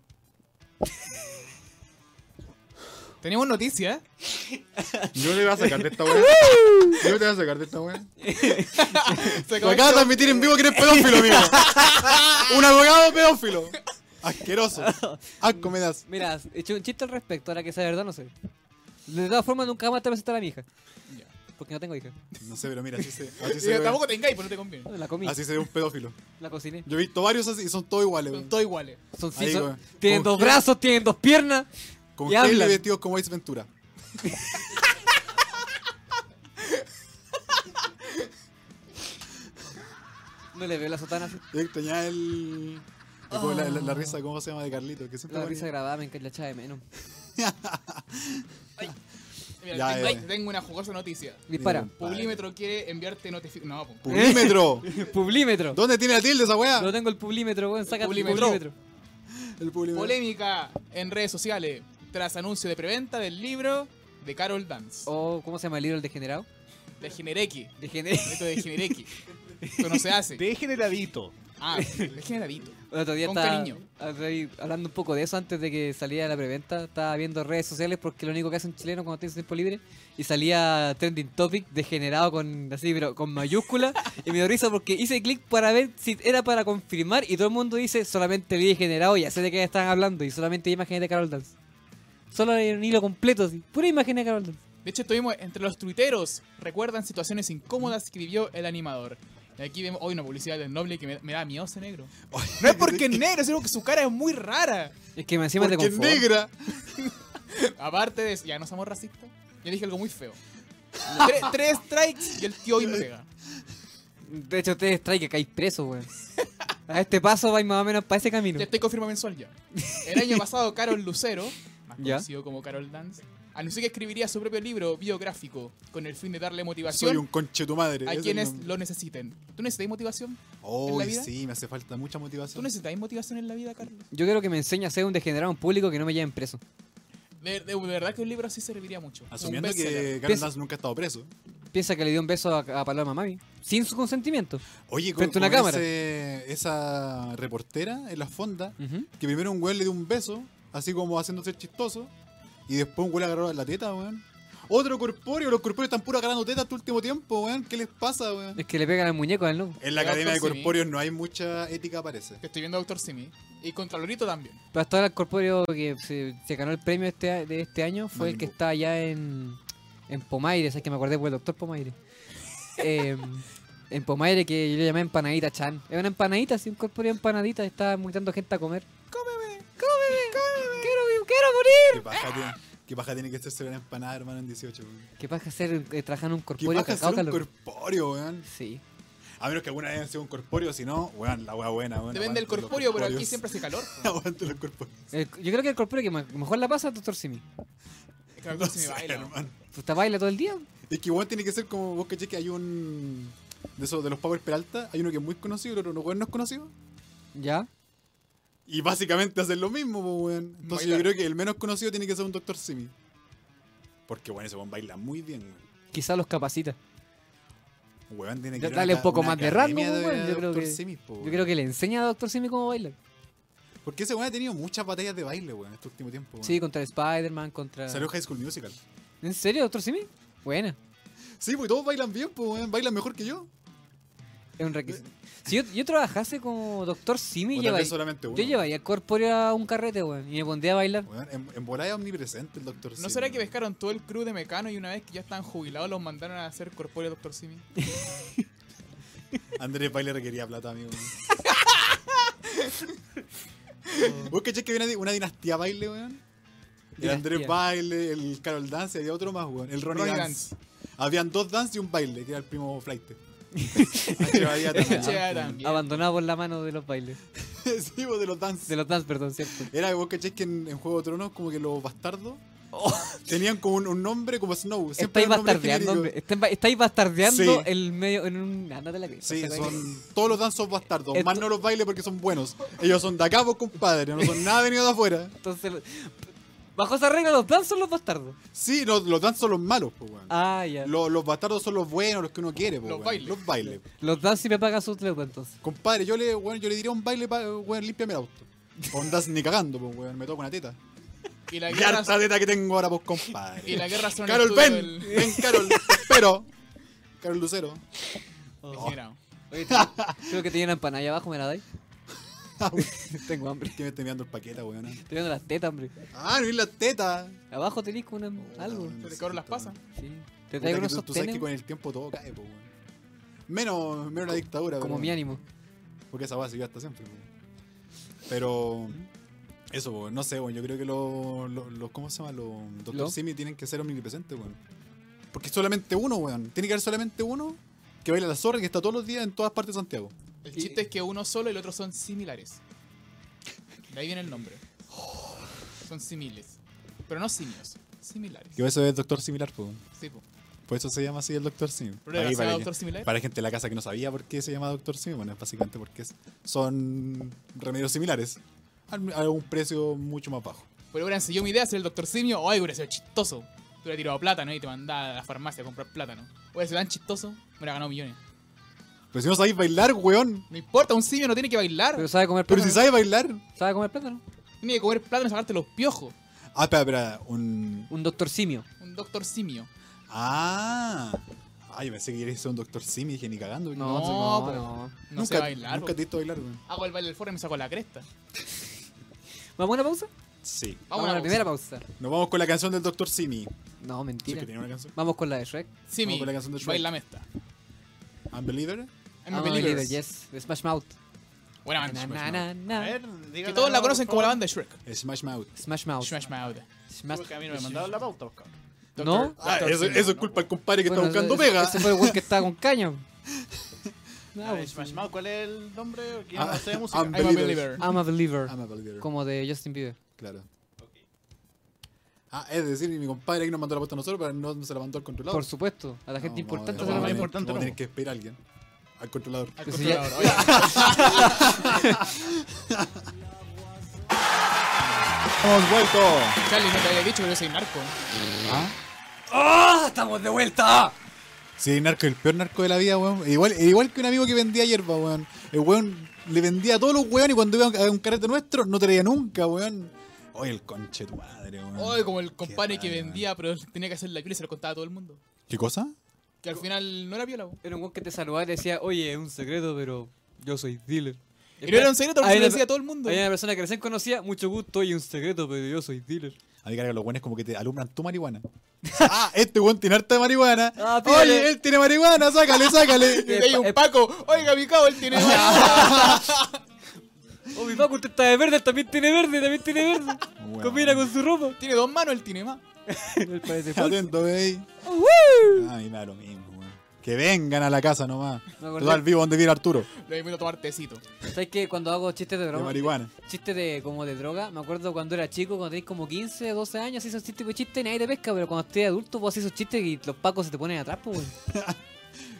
S1: Tenemos noticias.
S3: Yo le voy a sacar de esta weá. Yo te voy a sacar de esta weá.
S1: Se
S3: Lo
S1: acabó el
S3: acabas de
S1: show.
S3: admitir en vivo que eres pedófilo, amigo. Un abogado pedófilo. Asqueroso. Asco me das.
S2: Mira, he hecho un chiste al respecto, ahora que sea verdad, no sé. De todas formas, nunca más te voy a presentar a mi hija.
S1: Ya.
S2: Porque no tengo hija.
S3: No sé, pero mira, así se, así
S1: Sí,
S3: se, ve,
S1: tampoco tengáis, pues no te conviene.
S2: La comí,
S3: así se ve un pedófilo.
S2: la cociné.
S3: Yo he visto varios así y son todos iguales.
S1: Son
S3: weón.
S1: todos iguales.
S2: Son, sí,
S3: Ahí,
S2: son-
S3: weón.
S2: tienen
S3: Con
S2: dos
S3: gel-
S2: brazos, tienen dos piernas.
S3: Con
S2: y
S3: gel y
S2: hablan.
S3: vestidos como Ace Ventura.
S2: No le veo la sotana así.
S3: Yo extrañaba el... el- como La, la- la risa, ¿cómo se llama? De Carlito. Que siempre
S2: La
S3: ponía-
S2: risa grabada me encanta, la echaba de menos.
S1: Mira,
S3: Ya,
S1: tengo,
S3: ya, ya.
S1: tengo una jugosa noticia.
S2: Dispara.
S3: Mira.
S1: Publímetro quiere enviarte notificación. No, po.
S3: ¡Publímetro!
S2: Publímetro.
S3: ¿Dónde tiene la tilde esa
S2: No
S3: weá?
S2: tengo el publímetro, weón. Saca el
S1: Publímetro.
S2: publímetro.
S3: El publímetro.
S1: Polémica en redes sociales tras anuncio de preventa del libro de Carol Dance.
S2: O, Oh, ¿cómo se llama el libro el degenerado?
S1: De Genereki.
S2: Degenerado.
S1: Esto de Genereki. Esto no se hace.
S4: Degeneradito.
S1: Ah, de generadito.
S2: El otro día
S1: Con
S2: estaba
S1: cariño.
S2: al rey- hablando un poco de eso antes de que saliera la preventa. Estaba viendo redes sociales porque lo único que hace un chileno cuando tiene tiempo libre. Y salía trending topic degenerado con así, pero con mayúscula. y me dio risa porque hice clic para ver si era para confirmar. Y todo el mundo dice solamente vi degenerado, ya sé de qué están hablando. Y solamente hay imágenes de Carol Dance. Solo hay un hilo completo, así. Pura imagen de Carol Dance.
S1: De hecho, estuvimos entre los tuiteros. Recuerdan situaciones incómodas que vivió el animador. Y aquí vemos hoy una publicidad del noble que me, me da miedo ese negro. No es porque es negro, sino que su cara es muy rara.
S2: Es que me encima te
S3: Porque es
S2: confort.
S3: negra.
S1: Aparte de eso, ya no somos racistas. Yo dije algo muy feo. Tres, tres strikes y el tío hoy me pega.
S2: De hecho, ustedes traen que caéis presos, weón. A este paso vais más o menos para ese camino.
S1: Ya estoy con firma mensual ya. El año pasado, Carol Lucero, más
S2: Ya.
S1: conocido como Carol Dance, anunció que escribiría su propio libro biográfico con el fin de darle
S3: Soy
S1: motivación
S3: un conche tu madre.
S1: a
S3: Ese
S1: quienes
S3: es el nombre.
S1: lo necesiten. ¿Tú necesitáis motivación? en la
S3: Uy,
S1: vida?
S3: sí, me hace falta mucha
S1: ¿Tú
S3: motivación.
S1: necesitáis motivación en la vida, Carlos?
S2: Yo quiero que me enseñe a ser un degenerado en público que no me lleven preso.
S1: De, de- de verdad que un libro así serviría mucho.
S3: Asumiendo
S1: Un bestseller.
S3: que Carlos
S2: Piensa-
S3: Dance nunca ha estado preso.
S2: Piensa que le dio un beso a, a Paloma Mami. Sin su consentimiento.
S3: Oye, con,
S2: Frente a una
S3: con
S2: cámara.
S3: ese- esa reportera en la fonda, que primero un weón le dio un beso, así como haciéndose chistoso, y después un weón le agarró la teta, weón. Otro corpóreo, los corpóreos están puro agarrando teta todo el último tiempo, weón. ¿Qué les pasa, weón?
S2: Es que le pegan al muñeco al no.
S3: En
S1: Doctor
S3: la academia de
S1: Simi.
S3: corpóreos no hay mucha ética, parece.
S1: Que estoy viendo a Doctor Simi. Y contra Lorito también.
S2: Pero hasta ahora el corpóreo que se, se ganó el premio este, a- de este año fue el que
S3: Malibu.
S2: está allá en, en Pomaire. ¿Sabes que me acordé? Fue el doctor Pomaire. Eh, en Pomaire, que yo le llamé empanadita Chan. Es una empanadita, sí, un corpóreo empanadita. Está invitando gente a comer. ¡Cómeme! ¡Cómeme! ¡Cómeme! ¡Quiero, quiero morir!
S3: Qué paja, tío. Qué paja tiene que hacerse una empanada, hermano, en 18, weón.
S2: ¿Qué pasa hacer eh, trabajar en un
S3: Qué
S2: corpóreo
S3: paja
S2: cacao
S3: hacer un
S2: calor?
S3: corpóreo, weón.
S2: Sí.
S3: A menos que alguna vez haya sido un corpóreo, si no, weón, la weá buena, weón.
S1: Te vende el
S3: aguante los
S1: corpóreo, pero aquí
S3: corpóreos.
S1: siempre hace calor.
S3: Aguante los corpóreos.
S2: El- Eh, yo creo que el corpóreo que me- mejor la pasa es Doctor Simi.
S1: Es que a
S3: No
S1: se me
S3: sé,
S1: baila. ¿no?
S3: hermano.
S2: Pues te baila todo el día.
S3: Es que igual tiene que ser como vos caché que hay un. De esos de los Power Peralta, hay uno que es muy conocido, el otro no, weón, no es conocido.
S2: Ya.
S3: Y básicamente hacen lo mismo, po, weón. Entonces
S1: Bailar.
S3: yo creo que el menos conocido tiene que ser un Dr. Simi. Porque, bueno, ese weón baila muy bien, weón.
S2: Quizá los capacita.
S3: Weón tiene que
S2: Ya,
S3: ir a
S2: dale
S3: una-
S2: un poco
S3: una
S2: más de
S3: academia
S2: rango, po, weón. Yo creo
S3: Dr.
S2: que-
S3: Simi, po,
S2: Yo
S3: weón.
S2: creo que le enseña a Doctor Simi cómo bailar.
S3: Porque ese weón ha tenido muchas batallas de baile, weón, este último tiempo, weón.
S2: Sí, contra el Spider-Man, contra.
S3: Salió High School Musical.
S2: ¿En serio, Doctor Simi? Buena.
S3: Sí, pues todos bailan bien, pues, weón. Bailan mejor que yo.
S2: Es un requisito.
S3: Eh.
S2: Si yo, yo trabajase como Doctor Simi,
S3: O tal
S2: lleva-
S3: vez solamente uno.
S2: yo llevaría el corpóreo a un carrete, weón. Y me pondría a bailar.
S3: Weón, en, en volada es omnipresente el Dr. Simi.
S1: ¿No será que
S3: weón.
S1: pescaron todo el crew de Mecano y una vez que ya están jubilados los mandaron a hacer corpóreo Doctor Simi?
S3: Andrés Baile requería plata, amigo. Vos cachés que había una, di- una dinastía baile, weón. El
S2: Dinastía.
S3: Andrés Baile, el Carol Dance, y había otro más, weón. El Ronnie,
S1: Ronnie
S3: Dance. Habían dos dance y un baile, que era el primo flight. Achevadía también.
S1: Chea también.
S2: Abandonado por la mano de los bailes.
S3: Sí, vos, de los dances.
S2: De los dance, perdón, ¿cierto?
S3: Era que vos cachés que en, en Juego de Tronos, como que los bastardos tenían como un, un nombre como Snow.
S2: Oh. Estáis
S3: Siempre era un nombre
S2: bastardeando,
S3: genérico.
S2: hombre. Estén ba- Estáis bastardeando
S3: Sí.
S2: el medio en un. Ándate a la cresta,
S3: Sí,
S2: saca ahí.
S3: son todos los danzos bastardos.
S2: Esto-
S3: Más no los bailes porque son buenos. Ellos son de acá, vos, compadre. No son nada venido de afuera.
S2: Entonces. lo- Bajo esa regla, los dance son los bastardos.
S3: Sí, los, los dance son los malos, po, weón.
S2: Ah, ya.
S3: Los, los bastardos son los buenos, los que uno quiere, po,
S1: Los
S3: weón.
S1: bailes.
S3: Los bailes.
S2: Los dance sí me pagan sus leucos, entonces.
S3: Compadre, yo le, weón, yo le diría un baile, pa, weón, límpiame el auto. Ondas ni cagando, po, weón. Me toca una teta.
S1: Y la
S3: Y
S1: guerra,
S3: harta teta que tengo ahora, pues, compadre.
S1: y la guerra son el
S3: Carol,
S1: estudio
S3: ven.
S1: del-
S3: Ven, Carol. te espero. Carol Lucero. Oh.
S1: degenerado.
S2: Oye, te- creo que tenía una empanada ahí abajo, ¿me la dais?
S3: Ah,
S2: Tengo hambre.
S3: Que me esté mirando el paquete, weón.
S2: Estoy viendo las tetas, hombre.
S3: Ah, no vi la teta.
S2: Abajo tenéis como una, algo.
S1: Se te cobraron las pasas.
S2: Sí. Te
S3: Puta,
S2: traigo
S3: que
S2: unos
S3: tú, tú sabes
S2: sostenes
S3: que con el tiempo todo cae, po, weón. Menos, menos la dictadura,
S2: como
S3: pero-
S2: mi ánimo.
S3: Porque esa va siguió hasta siempre, po. Pero. Eso, po, no sé, weón. Yo creo que los. Lo, lo- ¿Cómo se llama? Los Doctor
S2: ¿Lo?
S3: Simi tienen que ser omnipresentes, weón. Porque solamente uno, weón. Tiene que haber solamente uno que baila la zorra y que está todos los días en todas partes de Santiago.
S1: El
S2: Y-
S1: chiste es que uno solo y el otro son similares. De ahí viene el nombre. Son similes. Pero no simios, similares.
S3: Que eso es Doctor Similar, po.
S1: Sí, po.
S3: Por eso se llama así el Doctor Simi.
S1: Pero
S3: Ahí
S1: era
S3: para,
S1: doctor similar.
S3: para gente de la casa que no sabía por qué se llama Doctor Simi, bueno, es básicamente porque es- son remedios similares. A a un precio mucho más bajo.
S1: Pero hubieran seguido mi idea hacer el doctor simio. Ay, hubiera sido chistoso. Te hubiera tirado plátano y te mandaba a la farmacia a comprar plátano. Hubiera sido tan chistoso. Me hubiera ganado millones.
S3: Pero si no sabéis bailar, weón.
S1: No importa, un simio no tiene que bailar.
S2: Pero sabe comer
S3: Pero si
S2: plátano.
S3: sabes bailar.
S2: sabe comer plátano.
S1: Tiene que comer plátano y sacarte los piojos.
S3: Ah, espera, espera. Un.
S2: Un doctor simio.
S1: Un doctor simio.
S3: Ah. Ay, pensé que querías ser un doctor Simi, dije ni cagando. weón.
S1: No,
S2: No, no,
S1: pero-
S2: no.
S1: No
S3: nunca,
S1: sé bailar.
S3: Nunca
S1: po.
S3: te he visto bailar, weón.
S1: Hago el baile del foro y me saco la cresta. Vamos,
S2: ¿Vamos a una pausa?
S3: Sí.
S2: Vamos a la
S1: pausa.
S2: primera pausa.
S3: Nos vamos con la canción del doctor Simi.
S2: No,
S3: Sí,
S2: mentira.
S3: que tenía una canción.
S2: Vamos con la de Shrek.
S1: Simi,
S3: Vamos con la canción de Shrek.
S1: baila mesta.
S3: Unbeliever.
S1: I'm a
S2: Ah,
S1: believer.
S2: Believer, yes. De Smash Mouth.
S1: Buena
S3: Ah,
S2: Na,
S1: banda. Smash
S2: na,
S1: Mouth.
S2: na, na.
S4: A ver, dígala
S1: Que todos la
S4: nuevo,
S1: conocen
S4: por
S1: como la
S4: favor.
S1: banda de Shrek.
S3: Smash Mouth.
S2: Smash Mouth.
S1: Smash Mouth.
S2: Smash-
S4: Porque a mí no me mandaron la pauta, Oscar.
S2: ¿No?
S3: Ah,
S1: Doctor
S3: eso,
S1: Simi,
S3: eso es
S4: no,
S3: culpa del compadre que
S2: Bueno,
S3: está buscando
S2: ese-
S3: pega.
S2: Ese fue el weón que estaba con caña. No,
S4: A ver,
S2: pues,
S4: Smash Mouth, ¿cuál es el nombre? Que
S3: Ah,
S4: ya no sé de música.
S3: Unbelievable.
S1: I'm a believer.
S2: I'm a believer.
S3: I'm a believer.
S2: Como de Justin Bieber.
S3: Claro. Ah, es decir, mi compadre ahí nos mandó la puesta a nosotros, pero no se la mandó al controlador.
S2: Por supuesto. A la gente
S3: No, vamos a ver,
S2: importante
S4: no,
S2: se la
S4: no,
S3: vamos
S2: mandó.
S3: a tener-
S4: importante,
S3: Vamos a tener
S4: no.
S3: que esperar a alguien. Al controlador.
S1: Al
S2: Eso ya-
S1: controlador. Oye,
S3: ¡Hemos vuelto!
S1: Charlie, no te había dicho que yo soy narco.
S2: ¡Ah! ¡Estamos de vuelta!
S3: Sí, narco, el peor narco de la vida, weón. Igual, igual que un amigo que vendía hierba, weón. El weón le vendía a todos los weón y cuando iba a un carrete nuestro no traía nunca, weón. Oye, el conche tu madre, weón.
S1: Oye, como el
S3: Qué
S1: compadre que
S3: mal, weón.
S1: vendía, pero tenía que hacer la piola y se lo contaba a todo el mundo.
S3: ¿Qué cosa?
S1: Que al final no era piola. bo.
S2: Era un weón que te saludaba y le decía, oye, es un secreto, pero yo soy dealer.
S1: Y no era un secreto porque
S2: Hay
S1: se lo
S2: una-
S1: decía a todo el mundo.
S2: Hay una persona que recién conocía, mucho gusto, oye, un secreto, pero yo soy dealer.
S3: A mí carga los weones como que te alumbran tu marihuana. ah, este weón tiene harta de marihuana.
S2: Ah,
S3: Oye,
S2: pídele.
S3: él tiene marihuana, sácale, sácale.
S1: Y hay un Paco. Oiga, mi cabo, él tiene.
S2: Oh, mi Paco, usted está de verde, también tiene verde, también tiene verde.
S3: Weón.
S2: Combina con su ropa.
S1: Tiene dos manos el tinema.
S2: Él parece full.
S3: Atento, baby. A mí me da lo mismo, weón. Que vengan a la casa nomás.
S2: Me acordé.
S3: Total vivo donde vive Arturo.
S1: Lo invito a tomar tecito.
S2: ¿Sabes que cuando hago chistes de
S3: De
S2: broma,
S3: marihuana.
S2: chistes de, como de droga, me acuerdo cuando era chico, cuando tenés como 15, 12 años, haces ese tipo de chistes y nadie te pesca, pero cuando estés adulto vos haces esos chistes y los pacos se te ponen atrás, pues, weón.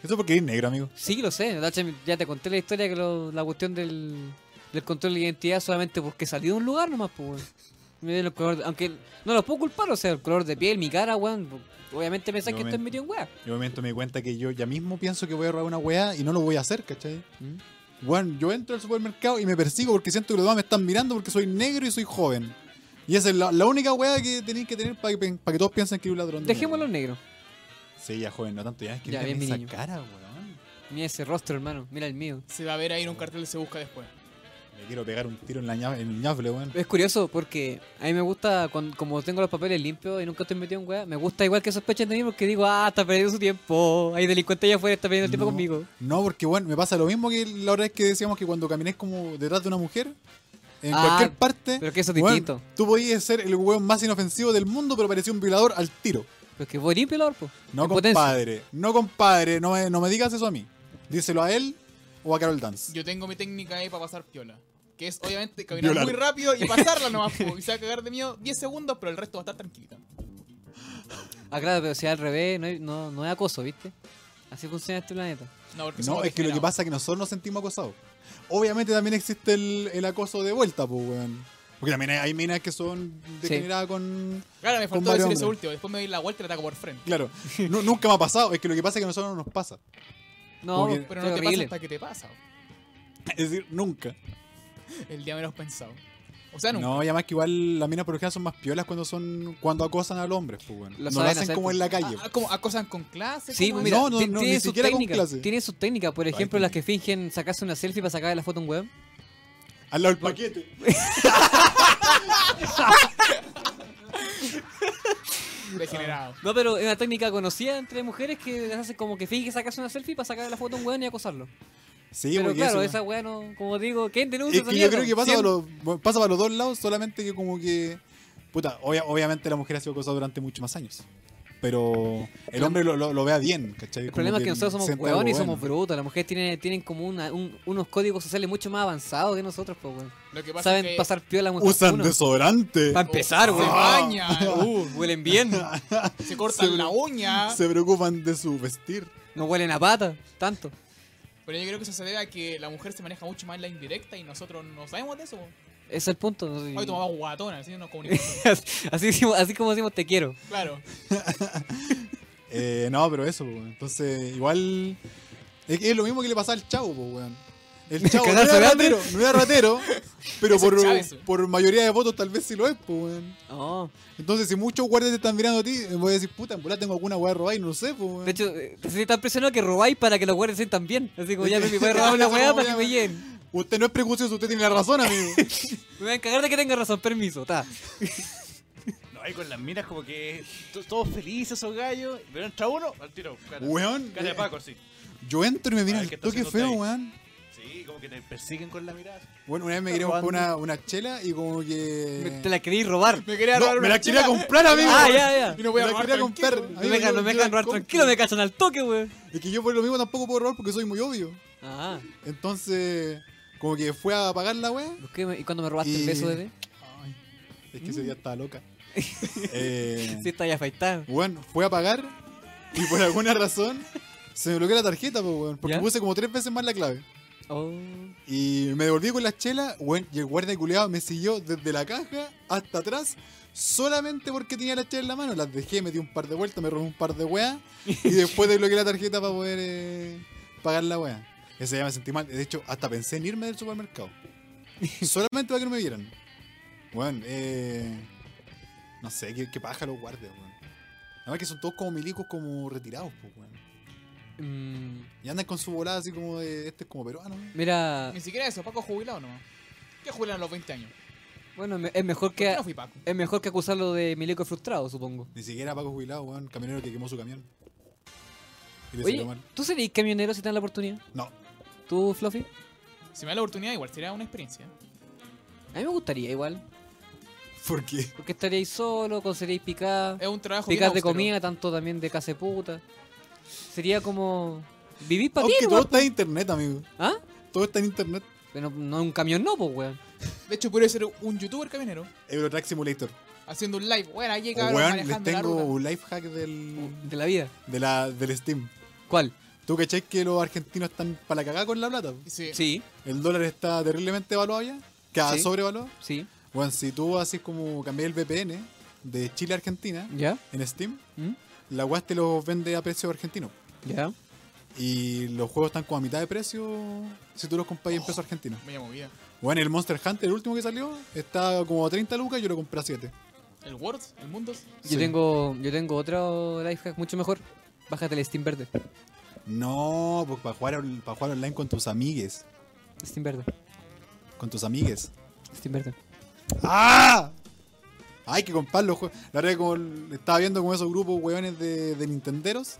S3: Eso porque eres negro, amigo.
S2: Sí, lo sé. de hecho, Ya te conté la historia que lo- la cuestión del, del control de identidad solamente porque salí de un lugar nomás, pues, weón. Me dio los colores de- aunque no los puedo culpar, o sea, el color de piel, mi cara, weón. Obviamente pensás
S3: De
S2: que estoy
S3: momento.
S2: metido en weá.
S3: Yo de momento me di cuenta que yo ya mismo pienso que voy a robar una weá y no lo voy a hacer, ¿cachai?
S2: ¿Mm?
S3: Bueno, yo entro al supermercado y me persigo porque siento que los demás me están mirando porque soy negro y soy joven. Y esa es la, la única weá que tenéis que tener para que, pen- para que todos piensen que eres un ladrón. de
S2: Dejémoslo
S3: mierda.
S2: negro.
S3: Sí, ya joven, no tanto ya. Es que
S2: Ya,
S3: mira
S2: bien, mi
S3: esa
S2: niño.
S3: cara, weón.
S2: Mira ese rostro, hermano. Mira el mío.
S1: Se va a ver ahí en un cartel se busca después.
S3: Me quiero pegar un tiro en, la ña- en el ñafle, weón.
S2: Es curioso porque a mí me gusta, cuan- como tengo los papeles limpios y nunca estoy metido en weá, me gusta igual que sospechen de mí porque digo, ah, está perdiendo su tiempo. Hay delincuente allá afuera, está perdiendo el tiempo
S3: No,
S2: conmigo.
S3: No, porque bueno, me pasa lo mismo que la hora que decíamos que cuando camináis como detrás de una mujer, en
S2: Ah,
S3: cualquier parte,
S2: Pero que eso es
S3: weón,
S2: distinto.
S3: tú podías ser el weón más inofensivo del mundo, pero parecía un violador al tiro.
S2: Pero es que voy limpio, Lord, po.
S3: No,
S2: En potencia.
S3: compadre, no, compadre, no me, no me digas eso a mí. Díselo a él o a Carol Dance.
S1: Yo tengo mi técnica ahí para pasar piola. Que es obviamente caminar
S3: Violar.
S1: muy rápido y pasarla nomás. po, Y se va a cagar de miedo 10 segundos, pero el resto va a estar tranquilita.
S2: Ah, claro, pero si es al revés, no, hay- no, no es acoso, ¿viste? Así funciona este planeta.
S1: No, porque
S3: No,
S1: somos
S3: es que lo que
S1: degenerados.
S3: pasa es que nosotros nos sentimos acosados. Obviamente también existe el, el acoso de vuelta, pues, weón. Porque también hay, hay minas que son degeneradas con...
S1: Claro, me
S3: con
S1: faltó
S3: varios
S1: decir eso
S3: hombres.
S1: último. Después me doy la vuelta y la ataco por frente.
S3: Claro, nu- nunca me ha pasado. Es que lo que pasa es que a nosotros no nos pasa.
S2: No,
S3: Como que-
S1: Pero
S2: es
S1: no te pasa
S2: horrible.
S1: hasta que te pasa.
S3: Es decir, nunca.
S1: El día menos pensado. O sea, nunca.
S3: No, y además que igual las minas por ejemplo son más piolas cuando son cuando acosan al hombre, pues bueno.
S2: Lo
S3: No lo
S2: saben
S3: hacen
S2: hacer,
S3: como
S2: pues.
S3: en la calle.
S1: Ah, ah, como acosan con clase.
S2: Sí,
S1: ¿cómo es?
S2: pues mira,
S3: No, no,
S2: ti-
S3: no, ni
S2: tiene, sus
S3: siquiera con
S2: técnicas,
S3: clase.
S2: tiene sus técnicas. Por ejemplo, las que fingen sacarse una selfie para sacarle la foto a un weón.
S3: Al lado del
S2: ah,
S3: paquete.
S1: Degenerado.
S2: No, pero es una técnica conocida entre mujeres que las hacen como que fingen sacarse una selfie para sacarle la foto a un weón y acosarlo.
S3: Sí,
S2: pero
S3: porque
S2: claro,
S3: eso-
S2: esa weá no, como digo, ¿quién denuncia
S3: Es
S2: esa
S3: que yo
S2: mierda?
S3: creo que pasa para,
S2: ¿Cien?
S3: los, pasa para los dos lados, solamente que como que. Puta, obvia- obviamente la mujer ha sido acosada durante muchos más años. Pero el hombre lo, lo- lo vea bien, ¿cachai?
S2: El
S3: Como
S2: problema es que nosotros somos
S3: sienta algo
S2: weones y
S3: bueno.
S2: somos brutos. Las mujeres tienen, tienen como una- un- unos códigos sociales mucho más avanzados que nosotros, pues, weón.
S1: Lo que pasa
S2: Saben
S1: es que
S2: pasar piola mucho
S3: Usan
S2: uno.
S3: desodorante.
S2: Para empezar,
S1: Se
S2: weón.
S1: bañan,
S2: Uh, huelen bien.
S1: se cortan
S3: se-
S1: la uña.
S3: Se preocupan de su vestir.
S2: No huelen a pata, tanto.
S1: Pero yo creo que eso se debe a que la mujer se maneja mucho más en la indirecta y nosotros no sabemos de eso. po.
S2: Ese es el punto. no sé.
S1: Hoy tomamos guatona, así no nos comunicamos.
S2: así, decimos- así como decimos te quiero.
S1: claro.
S3: Eh, no, pero eso, weón. Entonces, igual. Es, es lo mismo que le pasa al chavo, pues, weón. El chavo no
S2: Cagarse
S3: era
S2: de hambre.
S3: ratero, no era ratero, pero
S1: Ese
S3: por,
S1: Chávez, weón.
S3: por mayoría de votos tal vez sí lo es, pues, weón.
S2: No.
S3: Entonces, si muchos guardias te están mirando a ti, eh, voy a decir, puta, en bola tengo alguna weá robada y no lo sé, pues, weón.
S2: De hecho, eh, se tan presionado que robáis para que los guardias se sientan bien. Así como ya me voy a robar una
S3: Eso
S2: weá
S3: como
S2: para que
S3: ya-
S2: me lleguen.
S3: Usted no es prejuicioso, usted tiene la razón, amigo.
S2: Me voy a encargar de que tenga razón, permiso, ta.
S4: No, ahí con las minas como que to- todos felices esos gallos, pero entra uno, al tiro. Cara,
S3: Weón. eh.
S4: cara de Paco, sí.
S3: Yo entro y me
S4: A
S3: miran
S4: ver, ¿qué
S3: el
S4: está
S3: toque
S4: haciendo
S3: feo,
S4: usted ahí?
S3: weón.
S4: Sí, como que te persiguen con la mirada.
S3: Bueno, una vez me quería comprar una, una chela y como que.
S2: Me- Te la queréis robar.
S1: Me quería
S3: No,
S1: robar
S3: me
S1: una
S3: la quería
S1: chela
S3: comprar, amigo.
S2: Ah, ya, ya.
S1: Y no voy a
S3: me la
S1: robar
S3: quería
S1: tranquilo.
S3: comprar.
S2: No
S3: Amigo,
S2: me dejan,
S3: yo-
S2: no me
S3: yo
S2: dejan
S3: la
S2: robar
S3: compro.
S2: tranquilo, me cachan al toque, weón.
S3: Es que yo por lo mismo tampoco puedo robar porque soy muy obvio.
S2: Ah,
S3: Entonces, como que fue a pagar la weá.
S2: ¿qué me- ¿y cuando me robaste el beso,
S3: Y-
S2: bebé?
S1: Ay,
S3: Es que ese día estaba loca. eh,
S2: Mm. Sí, está ya afeitado.
S3: Bueno, fue a pagar y por alguna razón se me bloqueó la tarjeta, pues, weón. Porque
S2: ¿Ya?
S3: puse como tres veces más la clave.
S2: Oh.
S3: Y me devolví con las chelas, weón, y el guardia culeado me siguió desde la caja hasta atrás, solamente porque tenía las chelas en la mano. Las dejé, me di un par de vueltas, me robé un par de weas, y después desbloqueé la tarjeta para poder eh, pagar la wea. Ese día me sentí mal, de hecho, hasta pensé en irme del supermercado. Solamente para que no me vieran. Weón, eh. No sé, qué, qué paja los guardias, weón. Además que son todos como milicos, como retirados, pues, weón.
S2: Mm,
S3: Y andan con su volada así como de. Este es como peruano, weón.
S2: mira,
S1: Ni siquiera eso, Paco jubilado nomás. ¿Qué jubilan a los 20 años?
S2: bueno, me- es mejor
S1: Yo
S2: que
S1: no fui Paco.
S2: es mejor que acusarlo de milico frustrado, supongo.
S3: Ni siquiera Paco Jubilado, weón, camionero que quemó su camión. Y le salió
S2: Oye,
S3: mal.
S2: ¿tú serías camionero si te dan la oportunidad?
S3: No,
S2: ¿Tú, Fluffy?
S1: Si me da la oportunidad, igual sería una experiencia.
S2: A mí me gustaría igual.
S3: ¿Por qué?
S2: Porque estaríais solo, conseguiríais picar.
S1: Es un trabajo bien
S2: Picar de
S1: austero.
S2: comida, tanto también de casa de puta. Sería como. Vivir para ti, pues,
S3: Aunque todo
S2: nomás,
S3: está en internet, amigo.
S2: po. ¿Ah?
S3: Todo está en internet.
S2: Pero no en un camión, no, pues, weón.
S1: De hecho, podría ser un youtuber camionero
S3: Eurotrack Simulator.
S1: haciendo un live. Bueno, ahí llega
S3: O, weón, les
S1: manejando la
S3: tengo
S1: ruta.
S3: un life hack del,
S2: De la vida.
S3: de la, del Steam.
S2: ¿Cuál?
S3: ¿Tú cachai que los argentinos están para la cagada con la plata?
S1: Sí.
S2: Sí,
S3: El dólar está terriblemente evaluado ya. Cada
S2: Sí.
S3: sobrevaluado.
S2: sí.
S3: Bueno, si tú haces como cambiar el VPN de Chile a Argentina
S2: ¿Ya?
S3: en Steam,
S2: ¿Mm?
S3: la UAS te los vende a precio argentino.
S2: ¿Ya?
S3: Y los juegos están como a mitad de precio si tú los compras en peso argentino.
S1: Media movida.
S3: Bueno, el Monster Hunter, el último que salió, está como a 30 lucas yo lo compré a 7.
S1: El World, el mundo.
S2: Yo tengo yo tengo otro lifehack mucho mejor. Bájate el Steam Verde.
S3: No, pues para jugar, on- para jugar online con tus amigues.
S2: Steam Verde.
S3: Con tus amigues.
S2: Steam Verde.
S3: ¡Ah! Hay que comprar los juegos. La verdad que como el- estaba viendo como esos grupos hueones de, de Nintenderos.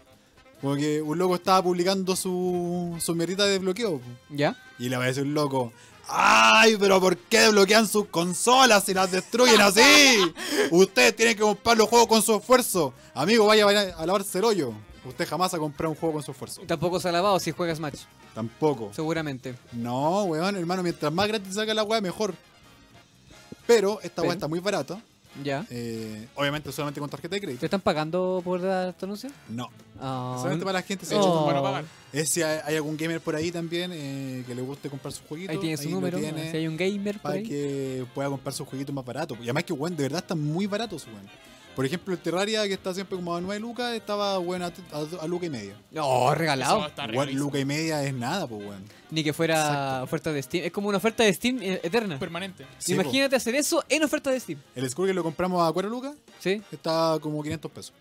S3: Como que un loco estaba publicando su, su mierita de bloqueo.
S2: ¿Ya?
S3: Y le aparece un loco. ¡Ay, pero por qué desbloquean sus consolas y las destruyen así! Ustedes tienen que comprar los juegos con su esfuerzo. Amigo, vaya a a lavarse el hoyo. Usted jamás ha comprado un juego con su esfuerzo.
S2: Tampoco se ha lavado si juegas match.
S3: Tampoco.
S2: Seguramente.
S3: No, weón, hermano, mientras más gratis saca la weá, mejor. Pero esta
S2: Pero.
S3: weá está muy barata.
S2: ¿Ya?
S3: Eh, obviamente solamente con tarjeta de
S2: ¿Te
S3: crédito.
S2: están pagando por dar tu anuncio?
S3: No.
S2: Ah,
S3: solamente para la gente.
S1: Se
S3: Se
S1: ha hecho
S2: Oh.
S1: para pagar.
S3: Es si hay, hay algún gamer por ahí también eh, que le guste comprar sus jueguitos.
S2: Ahí tiene su
S3: lo
S2: número.
S3: tiene
S2: Si hay un gamer por
S3: para
S2: ahí.
S3: que pueda comprar sus jueguitos más baratos. Y además que, weón, de verdad están muy baratos, weón. Por ejemplo, el Terraria, que está siempre como a 9 lucas, estaba, weón, a, a- a luca y media.
S2: No, regalado.
S1: Eso está
S3: Weón,
S1: regalado.
S3: luca y media es nada, pues, weón.
S2: Ni que fuera
S3: Exacto.
S2: oferta de Steam. Es como una oferta de Steam eh, eterna.
S1: Permanente.
S3: Sí,
S2: Imagínate hacer eso en oferta de Steam.
S3: po. El Skull que lo compramos a 4 lucas,
S2: ¿Sí?
S3: está como 500 pesos.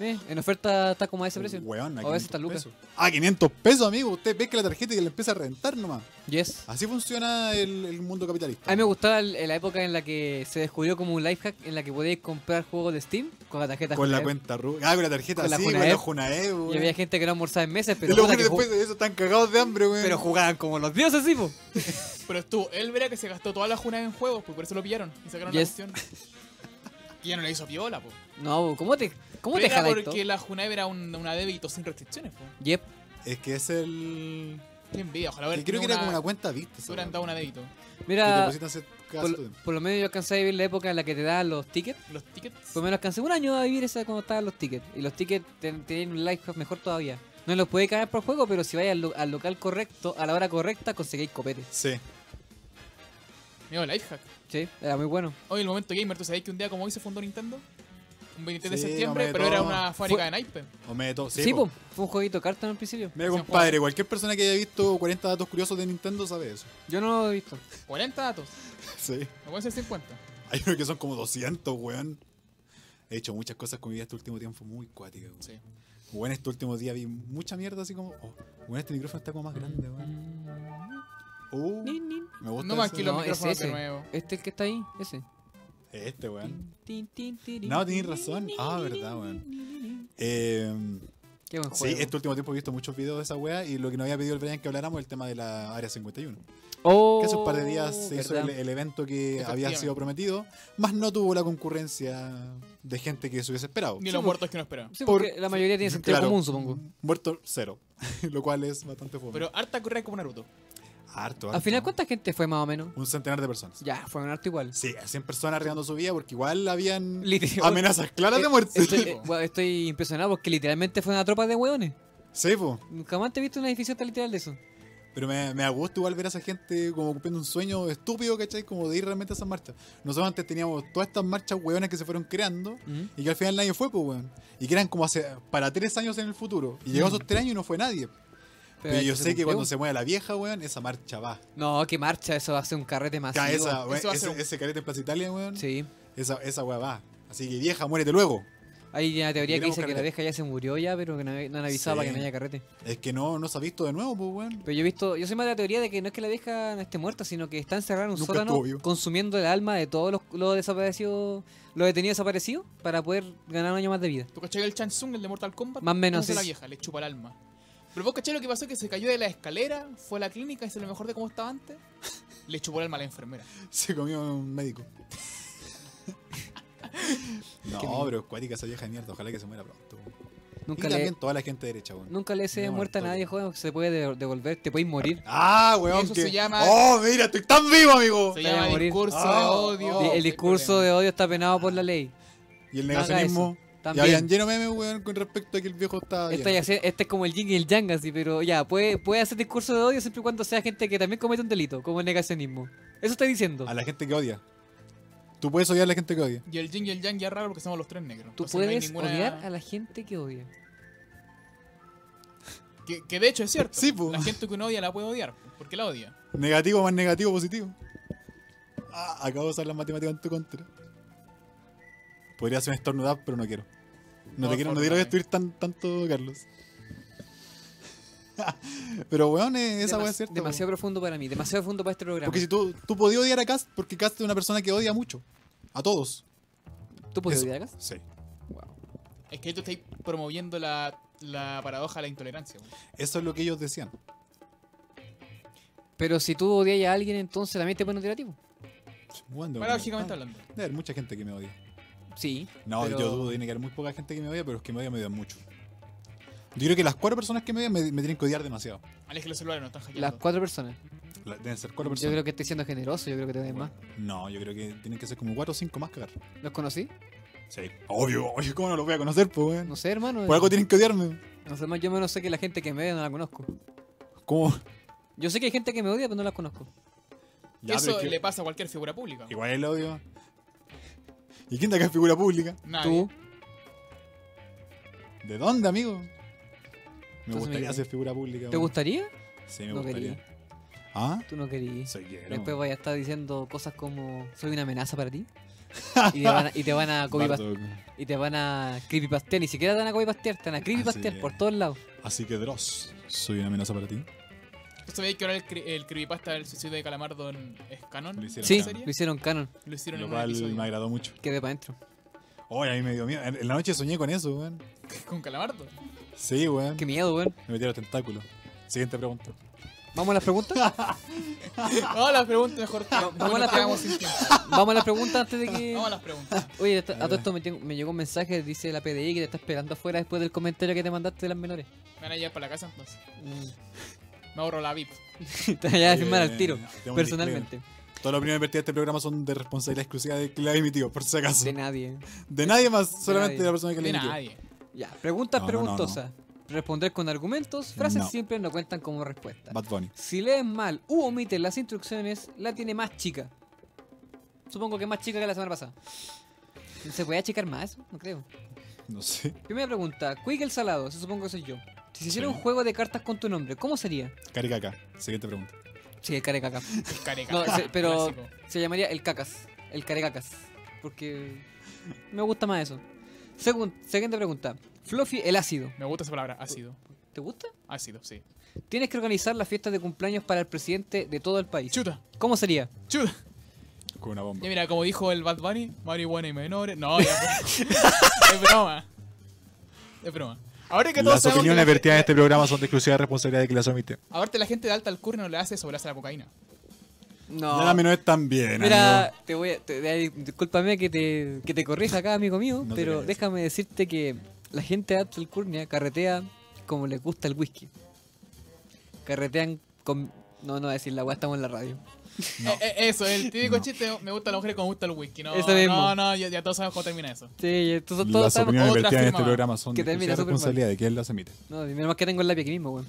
S2: Eh, en oferta está como a ese precio.
S3: Weón, a
S2: O a veces
S3: 500
S2: está lucas.
S3: pesos. Ah, 500 pesos, amigo. Usted ve que la tarjeta y le empieza a reventar nomás.
S2: Yes.
S3: Así funciona el, el mundo capitalista.
S2: A mí me gustaba el- la época en la que se descubrió como un life hack en la que podíais comprar juegos de Steam con la tarjeta.
S3: Con la
S2: Junaed.
S3: cuenta ru- Ah, con la tarjeta
S2: Con la
S3: así,
S2: Junaed.
S3: con la Junaed, weón.
S2: Y había gente que no almorzaba en meses, pero,
S3: Y los
S2: puta
S3: buenos
S2: que ju-
S3: después de eso están cagados de hambre, weón.
S2: pero jugaban como los dioses, sí, po.
S1: Pero estuvo, él verá que se gastó toda la juna en juegos, pues por eso lo pillaron y sacaron
S2: Yes.
S1: la cuestión. Y ya no le hizo piola, pues.
S2: No, po, ¿cómo te, cómo te
S1: era
S2: jaláis
S1: porque
S2: todo?
S1: la Junae era un- una débito sin restricciones, pues.
S2: Yep.
S3: Es que es el.
S1: Qué envidia, ojalá
S3: que
S1: hubiera
S3: creo que
S1: tenido
S3: era como una cuenta vista.
S1: se hubieran dado una débito.
S3: Que te
S2: Mira,
S3: depositan hace cada cierto
S2: por,
S3: tiempo.
S2: por lo menos yo alcancé a vivir la época en la que te daban los tickets.
S1: Los tickets.
S2: Por Pues lo menos alcancé un año a vivir esa cuando estaban los tickets. Y los tickets ten- tenían un life hack mejor todavía. No los podéis caer por juego, pero si vais al, lo- al local correcto, a la hora correcta, conseguís copetes.
S3: Sí.
S1: Medio lifehack.
S2: Sí, era muy bueno.
S1: Hoy el momento gamer, ¿tú sabías que un día como hoy se fundó Nintendo? Un 23
S3: Sí,
S1: de septiembre,
S3: hombre,
S1: pero era
S3: todo.
S1: una fábrica de naipes.
S3: O me de todo. Sí,
S2: Sí,
S3: po.
S2: po. Fue un jueguito de cartas al principio.
S3: Mira, compadre, cualquier persona que haya visto 40 datos curiosos de Nintendo sabe eso.
S2: Yo no lo he visto.
S1: 40 datos,
S3: Sí.
S1: no pueden ser 50.
S3: Hay unos que son como 200, weón. He hecho muchas cosas con mi vida este último tiempo muy cuática, weón.
S1: Sí.
S3: Weón, este último día vi mucha mierda así como. Oh, weón, este micrófono está como más grande, weón. Uh,
S2: Nin, nin.
S3: me gusta.
S1: No más
S3: ese-
S1: que los
S2: Mm. No, es
S1: micrófonos
S2: ese.
S1: de nuevo.
S2: Este el que está ahí, ese.
S3: Este, weón.
S2: Tin, tin, tin, tin,
S3: No,
S2: tin,
S3: tenés razón.
S2: tin,
S3: Ah,
S2: tin,
S3: verdad,
S2: tin,
S3: weón.
S2: tin, tin.
S3: Eh,
S2: Qué buen
S3: sí,
S2: juego.
S3: este último tiempo he visto muchos videos de esa wea y lo que nos había pedido el Brian que habláramos es el tema de la Área 51.
S2: Oh,
S3: que hace un par de días se hizo el,
S2: verdad.
S3: el evento que había
S1: Efectivamente.
S3: sido prometido, más no tuvo la concurrencia de gente que se hubiese esperado.
S1: Ni los muertos que no esperaban.
S2: Sí,
S3: por- Mm,
S2: porque la mayoría tiene sentido
S3: Claro,
S2: común, supongo.
S3: Muerto cero, lo cual es bastante fome.
S1: Pero harta correa como Naruto.
S3: harto,
S2: Al final,
S3: harto.
S2: ¿cuánta gente fue más o menos?
S3: Un centenar de personas.
S2: Ya, fue un harto igual.
S3: Sí, 100 personas arriesgando su vida porque igual habían
S2: Literal.
S3: amenazas claras de
S2: Eh,
S3: muerte.
S2: Estoy, eh, weón, estoy impresionado porque literalmente fue una tropa de hueones.
S3: Sí, po.
S2: Nunca más te he visto un edificio tan literal de eso.
S3: Pero me, me da gusto igual ver a esa gente como cumpliendo un sueño estúpido, ¿cachai? Como de ir realmente a esas marchas. Nosotros antes teníamos todas estas marchas hueonas que se fueron creando
S2: Mm.
S3: y que al final nadie fue, pues, weón. Y que eran como hace, para tres años en el futuro. Y llegó esos tres años y no fue nadie. Pero,
S2: hay
S3: yo sé que
S2: cumplió.
S3: cuando se mueve la vieja, weón, esa marcha va.
S2: No, que marcha, eso va a ser un carrete masivo.
S3: Cae esa, weón,
S1: Eso va a ser
S3: ese,
S1: un-
S3: ese carete en Plaza Italia, weón.
S2: Sí.
S3: Esa, esa weá va. Así que vieja, muérete luego.
S2: Hay una teoría que
S3: Queremos
S2: dice que la
S3: carrete.
S2: vieja ya se murió ya, pero que no, no han avisado
S3: Sí.
S2: para que no haya carrete.
S3: Es que no, no se ha visto de nuevo, pues, weón.
S2: Pero yo he visto, yo soy más de la teoría de que no es que la vieja no esté muerta, sino que está encerrada en un
S3: Nunca
S2: sótano
S3: estuvo viva.
S2: consumiendo el alma de todos los, los desaparecidos, los detenidos desaparecidos, para poder ganar un año más de vida.
S1: ¿Tú cachai el Chansung, el de Mortal Kombat?
S2: Más o menos,
S1: Usa
S2: sí,
S1: la
S2: sí.
S1: vieja, le chupa el alma. Pero vos caché lo que pasó que se cayó de la escalera, fue a la clínica y se lo mejor de cómo estaba antes. Le chupó el alma a la enfermera.
S3: Se comió un médico. no, pero cuática esa vieja de mierda. Ojalá que se muera pronto.
S2: Nunca
S3: y
S2: le,
S3: también toda la gente derecha, weón.
S2: nunca le se
S3: No,
S2: muerta a
S3: todo.
S2: nadie, joven, porque se puede de- devolver, te podéis morir.
S3: Ah, weón.
S1: Eso
S3: que-
S1: se llama-
S3: Oh, mira, estoy tan vivo,
S1: Se
S3: amigo.
S2: Oh, Te voy a
S1: llama
S2: morir.
S1: discurso de
S3: Ah,
S1: odio.
S3: oh,
S2: Y
S1: No hay
S2: el discurso
S1: problema.
S2: de odio está penado por la ley.
S3: Y el
S2: No haga
S3: negacionismo.
S2: eso.
S3: y habían
S2: También.
S3: lleno memes, weón, con respecto a que el viejo estaba.
S2: Esto,
S3: bien.
S2: ya se- este es como el yin y el yang, así, pero ya, puede, puede hacer discurso de odio siempre y cuando sea gente que también comete un delito, como el negacionismo. Eso estoy diciendo.
S3: A la gente que odia. Tú puedes odiar a la gente que odia.
S1: Y el yin y el yang ya es raro porque somos los tres negros.
S2: Tú
S1: Entonces no hay
S2: puedes
S1: ninguna-
S2: odiar a la gente que odia.
S1: Que, que de hecho es cierto.
S3: Sí, po.
S1: La gente que uno odia la puede odiar. Porque la odia.
S3: Negativo más negativo, positivo. Ah, acabo de usar las matemáticas en tu contra. Podría hacer un estornudar, pero no quiero. No,
S1: No,
S3: te quiero, no te quiero
S1: estornudar.
S3: destruir
S2: eh.
S3: tan, tanto, Carlos. pero, weón, eh, esa weá
S2: Demas-
S3: es cierta.
S2: Demasiado profundo para mí, demasiado profundo para este
S3: weón.
S2: programa.
S3: Porque si tú, tú podías odiar a Cast, porque Cast es una persona que odia mucho. A todos.
S2: ¿Tú puedes
S3: Eso.
S2: odiar a Cast?
S3: Sí.
S1: Es que tú estás promoviendo la, la paradoja de la intolerancia. güey.
S3: Eso es lo que ellos decían.
S2: Pero si tú odias a alguien, entonces también te pones odiar a ti, po.
S3: Weón, de
S1: Paradójicamente
S3: verdad.
S1: hablando.
S3: ah, Debe haber mucha gente que me odia.
S2: Sí.
S3: No,
S2: pero-
S3: yo dudo, tiene que haber muy poca gente que me odia, pero los que me odian me odian mucho. Yo creo que las cuatro personas que me odian me, me tienen que odiar demasiado.
S1: Aleje los celulares, no están hackeando.
S2: Las cuatro personas.
S3: La- deben ser cuatro
S2: Yo
S3: personas.
S2: creo que estoy siendo generoso, yo creo que te odian más.
S3: No, yo creo que tienen que ser como cuatro o cinco más cagar.
S2: ¿Los conocí?
S3: Sí. Obvio, obvio, ¿cómo no los voy a conocer, pues, weón?
S2: No sé, hermano.
S3: Por algo tienen que odiarme.
S2: No sé, más yo menos sé que la gente que me odia no la conozco.
S3: ¿Cómo?
S2: Yo sé que hay gente que me odia, pero no la conozco.
S3: Ya, pero
S1: Eso
S3: es que-
S1: le pasa a cualquier figura pública. güey.
S3: Igual el odio. ¿Y quién de acá es figura pública?
S1: Nadie.
S2: Tú,
S3: ¿De dónde, amigo? Me
S2: Entonces,
S3: gustaría
S2: amigo,
S3: ser figura pública.
S2: ¿te
S3: weón.
S2: gustaría?
S3: Sí, me
S2: No
S3: gustaría.
S2: quería.
S3: ¿Ah?
S2: Tú no querías.
S3: Soy quiero.
S2: Después vaya a estar diciendo cosas como soy una amenaza para ti. Y te van a, y te van a copypast-
S3: Bardock.
S2: y te van a creepypastear, ni siquiera te van a copypastear, te
S3: Ah,
S2: van a creepypastear
S3: Así
S2: por
S3: es.
S2: todos lados.
S3: Así que Dross, soy una amenaza para ti.
S1: ¿Tú sabías que ahora el, cre- el creepypasta del suicidio de Calamardo en- es canon?
S3: Lo hicieron
S2: Sí,
S1: ¿En serio?
S2: lo hicieron canon,
S1: Lo hicieron
S3: Lo
S1: en un
S3: cual
S1: episodio.
S3: me agradó mucho.
S2: quedé para adentro.
S3: Oye, a mí me dio miedo. En en la noche soñé con eso, weón.
S1: ¿Con Calamardo?
S3: Sí, weón.
S2: Qué miedo, weón.
S3: Me metí los tentáculos. Siguiente pregunta.
S2: ¿Vamos a las preguntas?
S1: Vamos a las preguntas mejor.
S2: vamos a las
S1: quedamos sin tiempo.
S2: Vamos a las preguntas antes de que...
S1: Vamos a las preguntas.
S2: Oye, a todo esto me, tengo- me llegó un mensaje, dice la PDI que te está esperando afuera después del comentario que te mandaste de las menores.
S1: Me van a llevar para la casa entonces.
S2: Mm.
S1: Me ahorro la VIP.
S2: te voy a
S3: Oye,
S2: firmar al
S3: eh,
S2: tiro,
S3: tengo un
S2: personalmente.
S3: disclaimer. Todos los primeros vertidos de este programa son de responsabilidad exclusiva de que le ha emitido, por si acaso.
S2: De
S3: De,
S2: nadie.
S3: nadie más, solamente
S2: nadie.
S3: de la persona que le
S1: De
S3: emitió.
S1: nadie.
S2: Ya, preguntas
S3: No, no, no, no.
S2: preguntosas. Responder con argumentos, frases
S3: No.
S2: simples no cuentan como respuesta.
S3: Bad Bunny.
S2: Si lees mal u omites las instrucciones, la tiene más chica. Supongo que más chica que la semana pasada. ¿Se puede achicar más? No creo.
S3: No sé.
S2: Primera pregunta, Quick el Salado, eso supongo que soy yo. Si se hiciera
S3: Sí.
S2: un juego de cartas con tu nombre, ¿cómo sería?
S3: Caricaca. Siguiente pregunta.
S2: Sí, el carecaca.
S1: El careca.
S2: No, se- pero
S1: Clásico.
S2: se llamaría el cacas. El carecacas. Porque me gusta más eso. Segun- siguiente pregunta. Fluffy el ácido.
S1: Me gusta esa palabra. Ácido.
S2: ¿Te gusta?
S1: Ácido, sí.
S2: Tienes que organizar las fiestas de cumpleaños para el presidente de todo el país.
S1: Chuta.
S2: ¿Cómo sería?
S1: Chuta.
S3: Con una bomba.
S1: Ya mira, como dijo el Bad Bunny, marihuana y menores. No, ya. es broma. Es broma. Ahora que todos
S3: Las
S1: sabemos que
S3: opiniones
S1: la,
S3: vertidas en este programa son de exclusiva responsabilidad de que las omite.
S1: aparte la gente de alta alcurnia no le hace eso, le hace la cocaína.
S2: No.
S3: Ya la menor es tan bien,
S2: Ah. Mira,
S3: amigo.
S2: te voy a, te- de- discúlpame que te, que te corrija acá, amigo mío,
S3: No te
S2: pero
S3: creas.
S2: déjame decirte que la gente de Alta Alcurnia carretea como les gusta el whisky. Carretean con... No, no voy a decir la weá, estamos en la radio.
S3: No.
S1: Eh, eh, eso, el típico
S3: No.
S1: chiste, me gusta la mujer como me gusta el whisky. No,
S2: Eso mismo.
S1: no, no, ya, ya todos sabemos cómo termina eso.
S2: Sí, entonces todos
S3: Las
S2: estamos-
S3: opiniones
S1: otra
S3: vertidas en este
S1: firma
S3: programa son de
S2: que termina
S3: exclusiva
S2: súper mal.
S3: responsabilidad de quien las emite.
S2: No, menos más que tengo el labio aquí mismo, weón.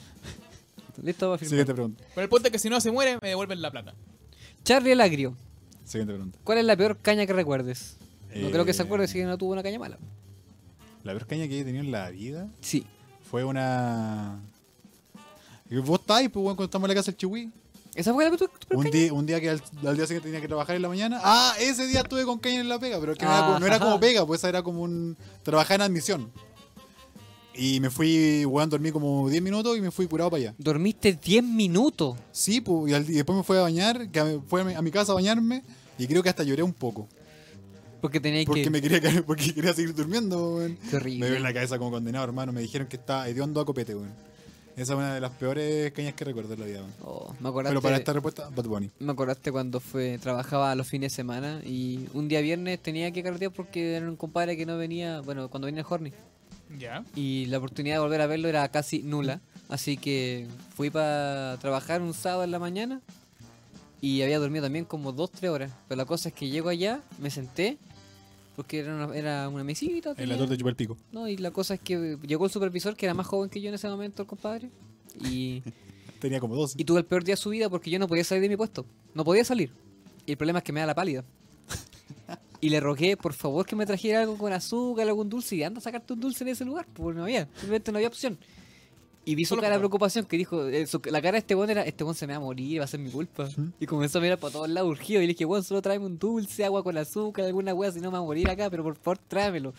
S2: Listo, va a firmar.
S3: Siguiente pregunta.
S1: Pero el punto es que si no se muere, me devuelven la plata.
S2: Charlie el Agrio,
S3: Siguiente pregunta.
S2: ¿cuál es la peor caña que recuerdes? No
S3: Eh,
S2: creo que se acuerde si no tuvo una caña mala.
S3: La peor caña que he tenido en la vida
S2: Sí.
S3: fue una. Y Vos estáis, pues, weón, cuando estamos en la casa del Chihuahua.
S2: ¿Esa fue la peor, tu peor
S3: Un
S2: caña?
S3: día, un día que al, al día siguiente tenía que trabajar en la mañana. Ah, ese día estuve con Kanye en la pega, pero es que no, era, como- no era como
S2: Ah, Ajá.
S3: pega, pues esa era como un. Trabajar en admisión. Y me fui, weón, dormí como 10 minutos y me fui curado para allá.
S2: Dormiste 10 minutos.
S3: Sí, pues, y, al- y después me fui a bañar, que a, fue a mi, a mi casa a bañarme y creo que hasta lloré un poco.
S2: Porque teníais
S3: Porque
S2: que...
S3: me quería caer- porque quería seguir durmiendo, weón.
S2: Qué
S3: Me
S2: horrible.
S3: dio en la cabeza como condenado, hermano. Me dijeron que estaba hediondo a copete, weón. Esa es una de las peores cañas que recuerdo en la vida. man.
S2: Oh, me acordaste,
S3: Pero para esta respuesta, Bad Bunny.
S2: me acordaste cuando fue, trabajaba los fines de semana y un día viernes tenía que carretear porque era un compadre que no venía, bueno, cuando venía el Horny.
S1: Ya.
S2: y la oportunidad de volver a verlo era casi nula. Así que fui para trabajar un sábado en la mañana y había dormido también como 2-3 horas. Pero la cosa es que llego allá, me senté, porque era una, era una mesita.
S3: El
S2: tenía-
S3: actor de chupar el pico.
S2: no, y la cosa es que llegó el supervisor, que era más joven que yo en ese momento, el compadre. Y,
S3: Tenía como 12.
S2: y tuve el peor día de su vida porque yo no podía salir de mi puesto. No podía salir. Y el problema es que me da la pálida. Y le rogué, por favor, que me trajera algo con azúcar, algún dulce. Y anda a sacarte un dulce de ese lugar. Porque no había, simplemente no había opción. Y vi su
S1: Solo
S2: cara de
S1: por-
S2: preocupación que dijo: eh, su- La cara de este buen era: Este buen se me va a morir, va a ser mi culpa. Y comenzó a mirar para todos lados urgido. Y le dije: Bueno, solo tráeme un dulce, agua con azúcar, alguna wea, si no me va a morir acá, pero por favor, tráemelo.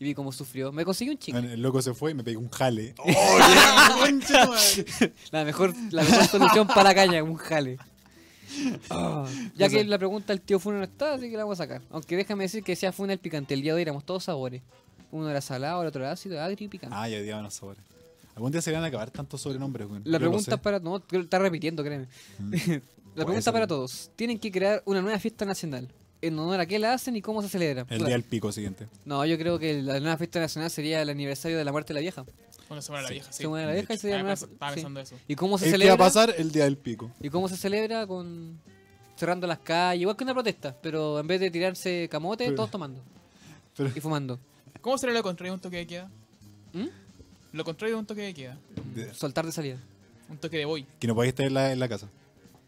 S2: Y vi cómo sufrió. Me consiguió un chicle.
S3: Man, El loco se fue y me pegó un jale.
S2: La mejor, la mejor solución para la caña, un jale. Ah, ya que la pregunta del tío Funo no está, así que la vamos a sacar. Aunque déjame decir que decía Funa el picante, el día de hoy éramos todos sabores. Uno era salado, el otro era ácido, agrio y picante.
S3: Ay, odiaban los sabores. Algún día se van a acabar tantos sobrenombres, güey.
S2: la
S3: Yo lo
S2: pregunta
S3: sé. Mm.
S2: para... No, creo que está repitiendo, créeme. la pregunta
S3: ser.
S2: para todos. Tienen que crear una nueva fiesta nacional. ¿En honor a qué la hacen y cómo se celebra?
S3: El
S2: Puta,
S3: día del pico siguiente.
S2: No, yo creo que la nueva fiesta nacional sería el aniversario de la muerte de la vieja.
S1: Cuando se muere la vieja, sí.
S2: Se muere la
S3: de
S2: vieja y
S3: hecho.
S2: sería la
S1: Estaba
S2: nueva-
S1: pens- estaba
S2: sí.
S1: pensando eso.
S2: ¿Y cómo se
S3: ¿El qué
S2: celebra?
S3: va a pasar? El día del pico.
S2: ¿Y cómo se celebra? Con cerrando las calles, igual que una protesta, pero en vez de tirarse camote,
S3: Pero-
S2: todos tomando
S3: pero-
S2: y fumando.
S1: ¿Cómo será lo contrario de un toque de queda?
S2: ¿Mm?
S1: Lo contrario de un toque de queda.
S3: De-
S2: Soltar de salida.
S1: Un toque de boy.
S3: Que no podéis estar en la, en la casa.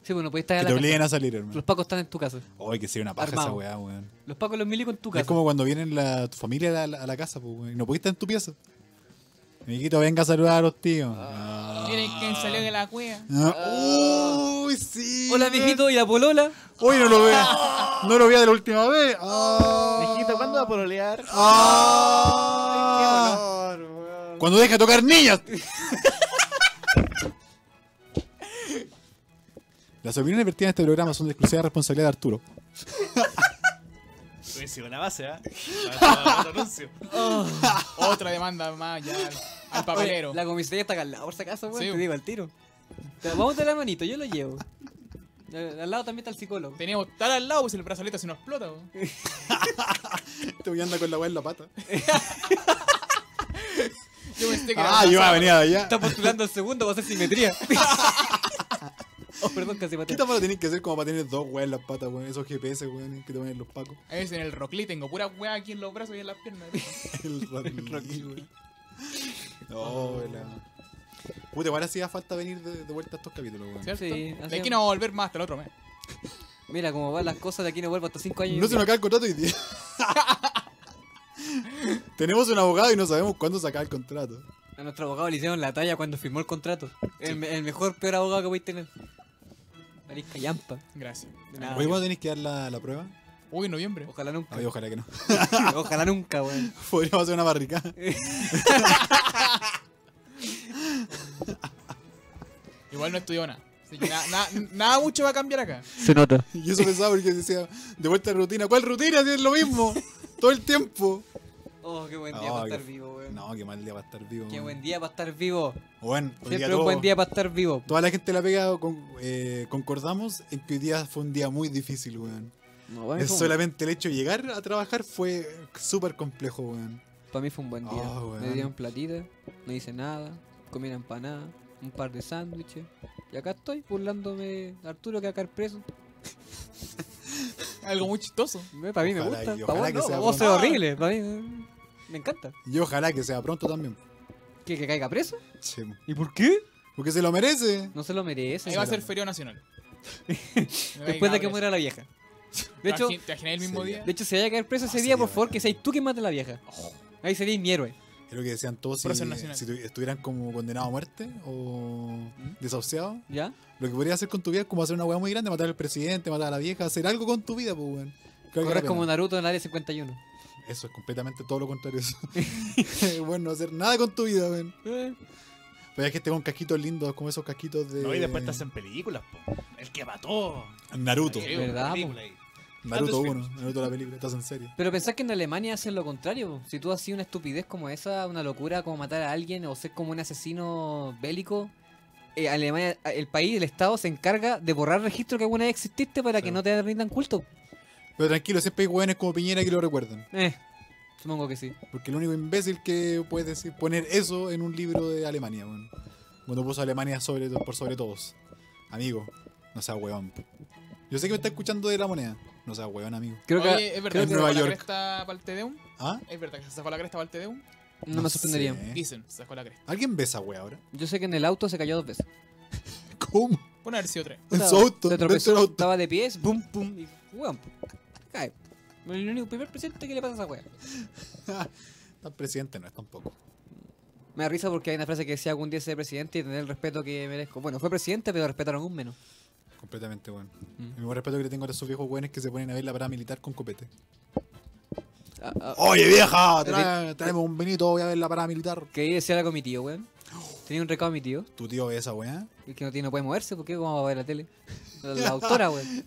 S2: Sí, bueno, podéis estar
S3: Que
S2: en
S3: te
S2: la casa.
S3: obliguen a salir, hermano.
S2: Los pacos están en tu casa.
S3: Ay, que sería una paja esa
S2: Armado.
S3: weá, weón.
S2: Los pacos y los milicos en tu
S3: Es
S2: casa.
S3: como cuando vienen la, tu familia a la- a la, casa, pues, weón. y No podís estar en tu pieza. Mi hijito, venga a saludar a los tíos. Ah.
S1: Miren quién salió de la cueva.
S3: Ah. Uy, sí.
S2: Hola,
S3: weón.
S2: mijito, Ah. y la polola.
S3: Uy, no lo veo. No lo veía de la última vez. Ah.
S4: Mijito, ¿cuándo va a pololear?
S3: Ah. Cuando deja de tocar niñas. Las opiniones vertidas en este programa son de exclusiva responsabilidad de Arturo.
S4: Hubiese sido la base, ¿ah? Para- para otro anuncio.
S1: Otra demanda más ya al, al papelero.
S2: Oye, la comisaría está acá al lado, por si acaso, weón,
S1: Sí.
S2: te digo al tiro. Te- Vamos de la manito, yo lo llevo. Al al lado también está el psicólogo.
S1: Teníamos tal al lado, pues el brazalete se nos explota. po.
S3: Te voy a andar con la weá en la pata.
S1: Yo pensé que era
S3: Ah,
S1: un brazo-
S3: yo iba a venir de allá.
S2: Está postulando el segundo para hacer simetría. oh, perdón, casi
S3: ¿Qué
S2: maté.
S3: tan malo tenés que hacer como para tener dos weas en las patas, weón? Esos GPS, weón, que te ponen los pacos.
S1: A veces en el roclí tengo pura weá aquí en los brazos y en las piernas.
S3: El Rocky, weón. No, la. Puta, igual hacía falta venir de, de vuelta a estos capítulos, weón.
S1: ¿Cierto?
S2: Sí, así
S1: de aquí
S2: es.
S1: no vamos a volver más hasta el otro mes.
S2: Mira cómo van las cosas, de aquí no vuelvo hasta 5 años. y
S3: No se
S2: un
S3: nos acaba el contrato hoy día. Tenemos un abogado y no sabemos cuándo sacar el contrato.
S2: A nuestro abogado le hicieron la talla cuando firmó el contrato. El, me- el mejor, peor abogado que podéis tener. Marisca Yampa.
S1: Gracias.
S2: De nada.
S3: Hoy vamos a tener que dar la, la prueba.
S1: Uy, noviembre.
S2: Ojalá nunca.
S3: Ay, ojalá que no.
S2: Ojalá nunca, weón.
S3: Podríamos hacer una barricada.
S1: Igual no estudió nada. Así que na- na- nada mucho va a cambiar acá.
S2: Se nota.
S3: Y eso pensaba porque decía, de vuelta a la rutina. ¿Cuál rutina? Si es lo mismo. Todo el tiempo.
S2: Oh, qué buen día
S3: Oh,
S2: para
S3: qué-
S2: estar vivo, weón.
S3: No, qué mal día para estar vivo.
S2: Qué
S3: weón.
S2: buen día para estar vivo.
S3: Bueno, hoy día
S2: Siempre
S3: todo-
S2: un buen día para estar vivo.
S3: Toda la gente de la pega con- eh, concordamos en que hoy día fue un día muy difícil, weón.
S2: No, para, mí
S3: Es
S2: fue un,
S3: solamente el hecho de llegar a trabajar fue súper complejo, weón.
S2: para mí fue un buen día.
S3: Oh, weón.
S2: Me dieron platita, no hice nada, comí una empanada, un par de sándwiches. Y acá estoy burlándome de Arturo que va a caer preso.
S1: Algo muy chistoso.
S2: Me- Para mí me
S3: Ojalá
S2: gusta.
S3: y-
S2: Para
S3: ojalá
S2: vos,
S3: que
S2: no,
S3: sea
S2: para vos
S3: pronto.
S2: es horrible. Para mí eh, me encanta.
S3: Y ojalá que sea pronto también.
S2: ¿Que, que caiga preso?
S3: Che,
S2: ¿Y por qué?
S3: porque se lo merece.
S2: No se lo merece.
S1: Ahí va a ser feriado nacional.
S2: Después de que muera la vieja. De hecho,
S1: ¿Te imaginas el mismo
S3: Sí,
S1: día?
S2: de hecho, si vaya a caer preso ese
S3: Ah,
S2: día,
S3: sería
S2: por favor,
S3: bacán.
S2: que seas tú quien mate a la vieja. Ahí serías mi héroe.
S3: Es lo que decían todos si,
S1: Prócer nacional.
S3: si tu- estuvieran como condenados a muerte o
S2: ¿Mm?
S3: desahuciados.
S2: ¿Ya?
S3: Lo que podrías hacer con tu vida es como hacer una weá muy grande, matar al presidente, matar a la vieja, hacer algo con tu vida, pues weón. Que valga la
S2: Corres como
S3: pena.
S2: Naruto en el área 51.
S3: Eso es completamente todo lo contrario. bueno, no hacer nada con tu vida, weón. Pero es que tengo un casquito lindo, como esos casquitos de.
S4: No, y después te hacen películas, po. El que mató.
S3: Naruto.
S4: Ahí,
S2: ¿Verdad,
S4: película ahí.
S3: Naruto
S4: Antes-
S3: 1, Naruto la película, estás en serio.
S2: Pero pensás que en Alemania hacen lo contrario. Si tú hacías una estupidez como esa, una locura como matar a alguien o ser como un asesino bélico, eh, Alemania, el país, el Estado se encarga de borrar registro que alguna vez exististe para que
S3: Sí.
S2: no te rindan culto.
S3: Pero tranquilo, siempre hay hueones como Piñera que lo recuerdan.
S2: Eh, supongo que sí.
S3: Porque el único imbécil que puede decir poner eso en un libro de Alemania, weón. Cuando puso Alemania sobre, por sobre todos. Amigo, no sea weón. po. Yo sé que me está escuchando de la moneda. No sea weón, amigo.
S2: Creo que
S1: Oye, ¿es verdad
S3: en
S1: que se
S3: Nueva
S1: sacó la
S3: York.
S1: cresta para el Tedeum?
S3: ¿Ah?
S1: ¿Es verdad que se sacó la cresta para el Tedeum?
S2: no, me sorprendería.
S3: sé.
S1: Dicen, se sacó la cresta.
S3: ¿Alguien ve esa wea ahora?
S2: Yo sé que en el auto se cayó dos veces.
S3: ¿Cómo?
S1: Pone haber sido tres.
S3: En
S2: Puta,
S3: su auto,
S2: Se
S3: dentro
S2: tropezó,
S3: del auto.
S2: estaba de pies, pum, pum, y weón, cae. El único primer presidente que le pasa a esa wea.
S3: Tan presidente no es tampoco.
S2: Me da risa porque hay una frase que decía algún día ser presidente y tener el respeto que merezco. Bueno, fue presidente, pero respetaron un menos.
S3: Completamente weón.
S2: Mm.
S3: El mismo respeto que le tengo a esos viejos weones que se ponen a ver la parada militar con copete.
S2: Ah, ah,
S3: Oye vieja,
S2: Pero
S3: trae- traemos un Benito, voy a ver la parada militar.
S2: Que ahí decía algo a mi tío, weón. Tenía un recado a mi tío,
S3: Tu tío ve esa weá.
S2: y que no, tiene, no puede moverse, porque cómo va a ver la tele. La, la autora, weón.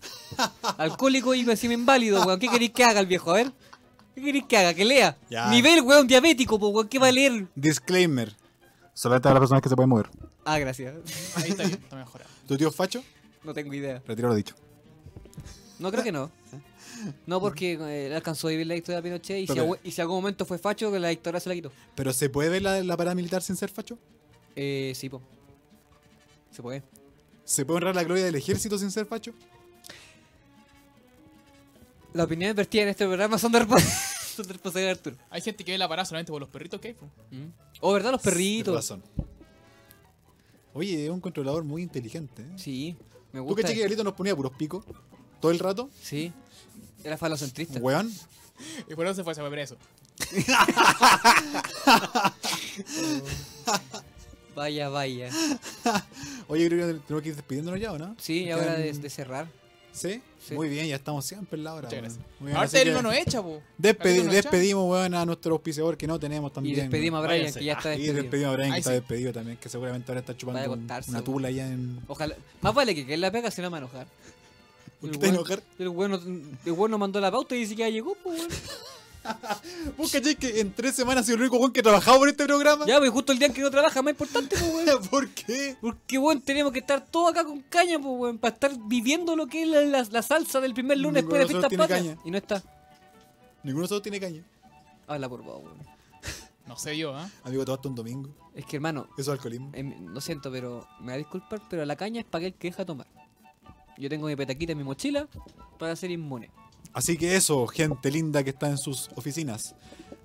S2: Alcohólico y encima inválido, weón. ¿Qué queréis que haga el viejo? A ver. ¿Qué queréis que haga? Que lea.
S3: Ya.
S2: Nivel, weón, diabético, po, weón. ¿Qué va a leer?
S3: Disclaimer. Solamente a las personas que se pueden mover.
S2: Ah, gracias.
S1: Ahí está bien, está mejorado.
S3: ¿Tu tío es facho?
S2: No tengo idea.
S3: Retiro lo dicho.
S2: No, creo que no. No, porque eh, él alcanzó a vivir la historia de Pinochet y si,
S3: Pero-
S2: a- y si algún momento fue facho, que la dictadura se la quitó.
S3: ¿Pero se puede ver la, la parada militar sin ser facho?
S2: Eh, sí, po. Se puede.
S3: ¿Se puede honrar la gloria del ejército sin ser facho?
S2: Las opiniones vertidas en este programa son de respons- son de responsabilidad de Arturo.
S1: Hay gente que ve la parada solamente por los perritos que hay. po.
S2: Mm. Oh, ¿verdad? Los perritos.
S3: Tienes razón. Oye, es un controlador muy inteligente. ¿eh?
S2: Sí, me
S3: ¿Tú
S2: gusta.
S3: caché que Galito nos ponía puros picos? ¿Todo el rato?
S2: Sí, era falocentrista.
S3: Weón.
S1: Y por eso se fue, se fue preso.
S2: Vaya, vaya.
S3: Oye, creo que tenemos que ir despidiéndonos ya, ¿o no?
S2: Sí, y
S3: Nos
S2: ahora de,
S3: quedan-
S2: de cerrar.
S3: ¿Sí?
S2: Sí.
S3: Muy bien, ya estamos siempre en la hora.
S1: Muchas
S3: weón.
S1: gracias.
S3: Muy bien, así
S1: Aparte
S3: que
S1: él no nos echa, po.
S3: despedi-
S1: Capítulo no echa.
S3: despedimos, weón, a nuestro auspiciador que no tenemos también.
S2: Y despedimos a
S1: bien.
S2: Brian,
S1: Váyanse.
S2: que ya está
S3: weón. Y
S2: despedido.
S3: despedimos a Brian, que
S1: Ahí
S3: está
S1: sí.
S3: despedido también, que seguramente ahora está
S2: Vaya
S3: chupando
S2: a
S3: un-
S2: acostarse,
S3: una
S2: weón.
S3: tula allá en.
S2: Ojalá. Más vale que, que él la pega, se la va a enojar.
S3: ¿Por
S2: El
S3: qué te
S2: weón-
S3: enojar?
S2: El bueno, el bueno mandó la pauta y dice que ya llegó, pues, weón.
S3: ¿Vos cachés que en tres semanas soy el único weón que trabajaba por este programa?
S2: Ya, pues, justo el día en que no trabaja, más importante, pues, weón.
S3: ¿Por qué?
S2: Porque, weón, tenemos que estar todos acá con caña, pues, weón, para estar viviendo lo que es la, la- la salsa del primer lunes
S3: Ninguno de
S2: después de fiestas
S3: nosotros tiene
S2: patrias. Y no está.
S3: Ninguno de nosotros tiene caña.
S2: Habla por vos, weón.
S1: No sé yo, ¿ah?
S3: Amigo, todo hasta un domingo.
S2: Es que, hermano,
S3: Eso es alcoholismo.
S2: Em, Lo siento, pero me va a disculpar, pero la caña es para aquel que deja tomar. Yo tengo mi petaquita en mi mochila para ser inmune.
S3: Así que eso, gente linda que está en sus oficinas.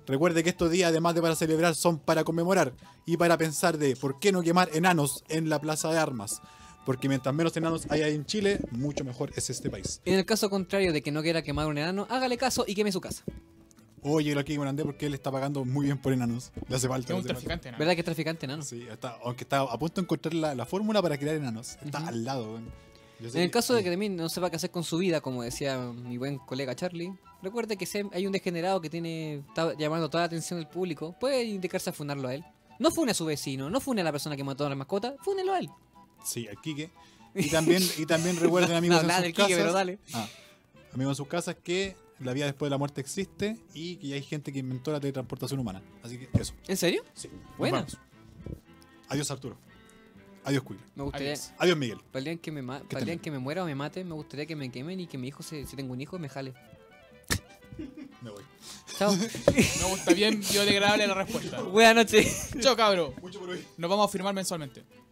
S3: Recuerde que estos días, además de para celebrar, son para conmemorar y para pensar de por qué no quemar enanos en la plaza de armas. Porque mientras menos enanos haya en Chile, mucho mejor es este país.
S2: En el caso contrario de que no quiera quemar un enano, hágale caso y queme su casa.
S3: Oye, lo que Morandé porque él está pagando muy bien por enanos. Le hace falta.
S1: Es un
S3: le hace falta.
S1: traficante, ¿no?
S2: ¿Verdad que es traficante enano?
S3: Sí, está- aunque está a punto de encontrar la, la fórmula para crear enanos. Está
S2: Ujú.
S3: al lado. weón. Yo sé
S2: En el caso de que de mí no sepa qué hacer con su vida, como decía mi buen colega Charlie, recuerde que si hay un degenerado que tiene está llamando toda la atención del público, puede indicarse a funarlo a él. No fune a su vecino, no fune a la persona que mató a la mascota, fúnelo a él.
S3: Sí, al Quique. Y también, y también recuerden, amigos, en
S2: hablaba
S3: sus
S2: del Quique,
S3: casas-
S2: pero dale.
S3: Ah, amigos en sus casas, que la vida después de la muerte existe y que ya hay gente que inventó la teletransportación humana. Así que eso,
S2: ¿En serio?
S3: sí. Nos
S2: Buena.
S3: vamos. Adiós, Arturo. Adiós, Cuico.
S2: Me gustaría,
S1: Adiós.
S3: Adiós, Miguel.
S2: Para el día en que me, ma- para el día en
S3: termine.
S2: que me muera o me mate, me gustaría que me quemen y que mi hijo, se- si tengo un hijo, me jale.
S3: Me voy.
S2: Chao.
S1: Me gusta bien biodegradable la respuesta.
S2: Buenas noches.
S1: Chao, cabro.
S3: Mucho por hoy.
S1: Nos vamos a firmar mensualmente.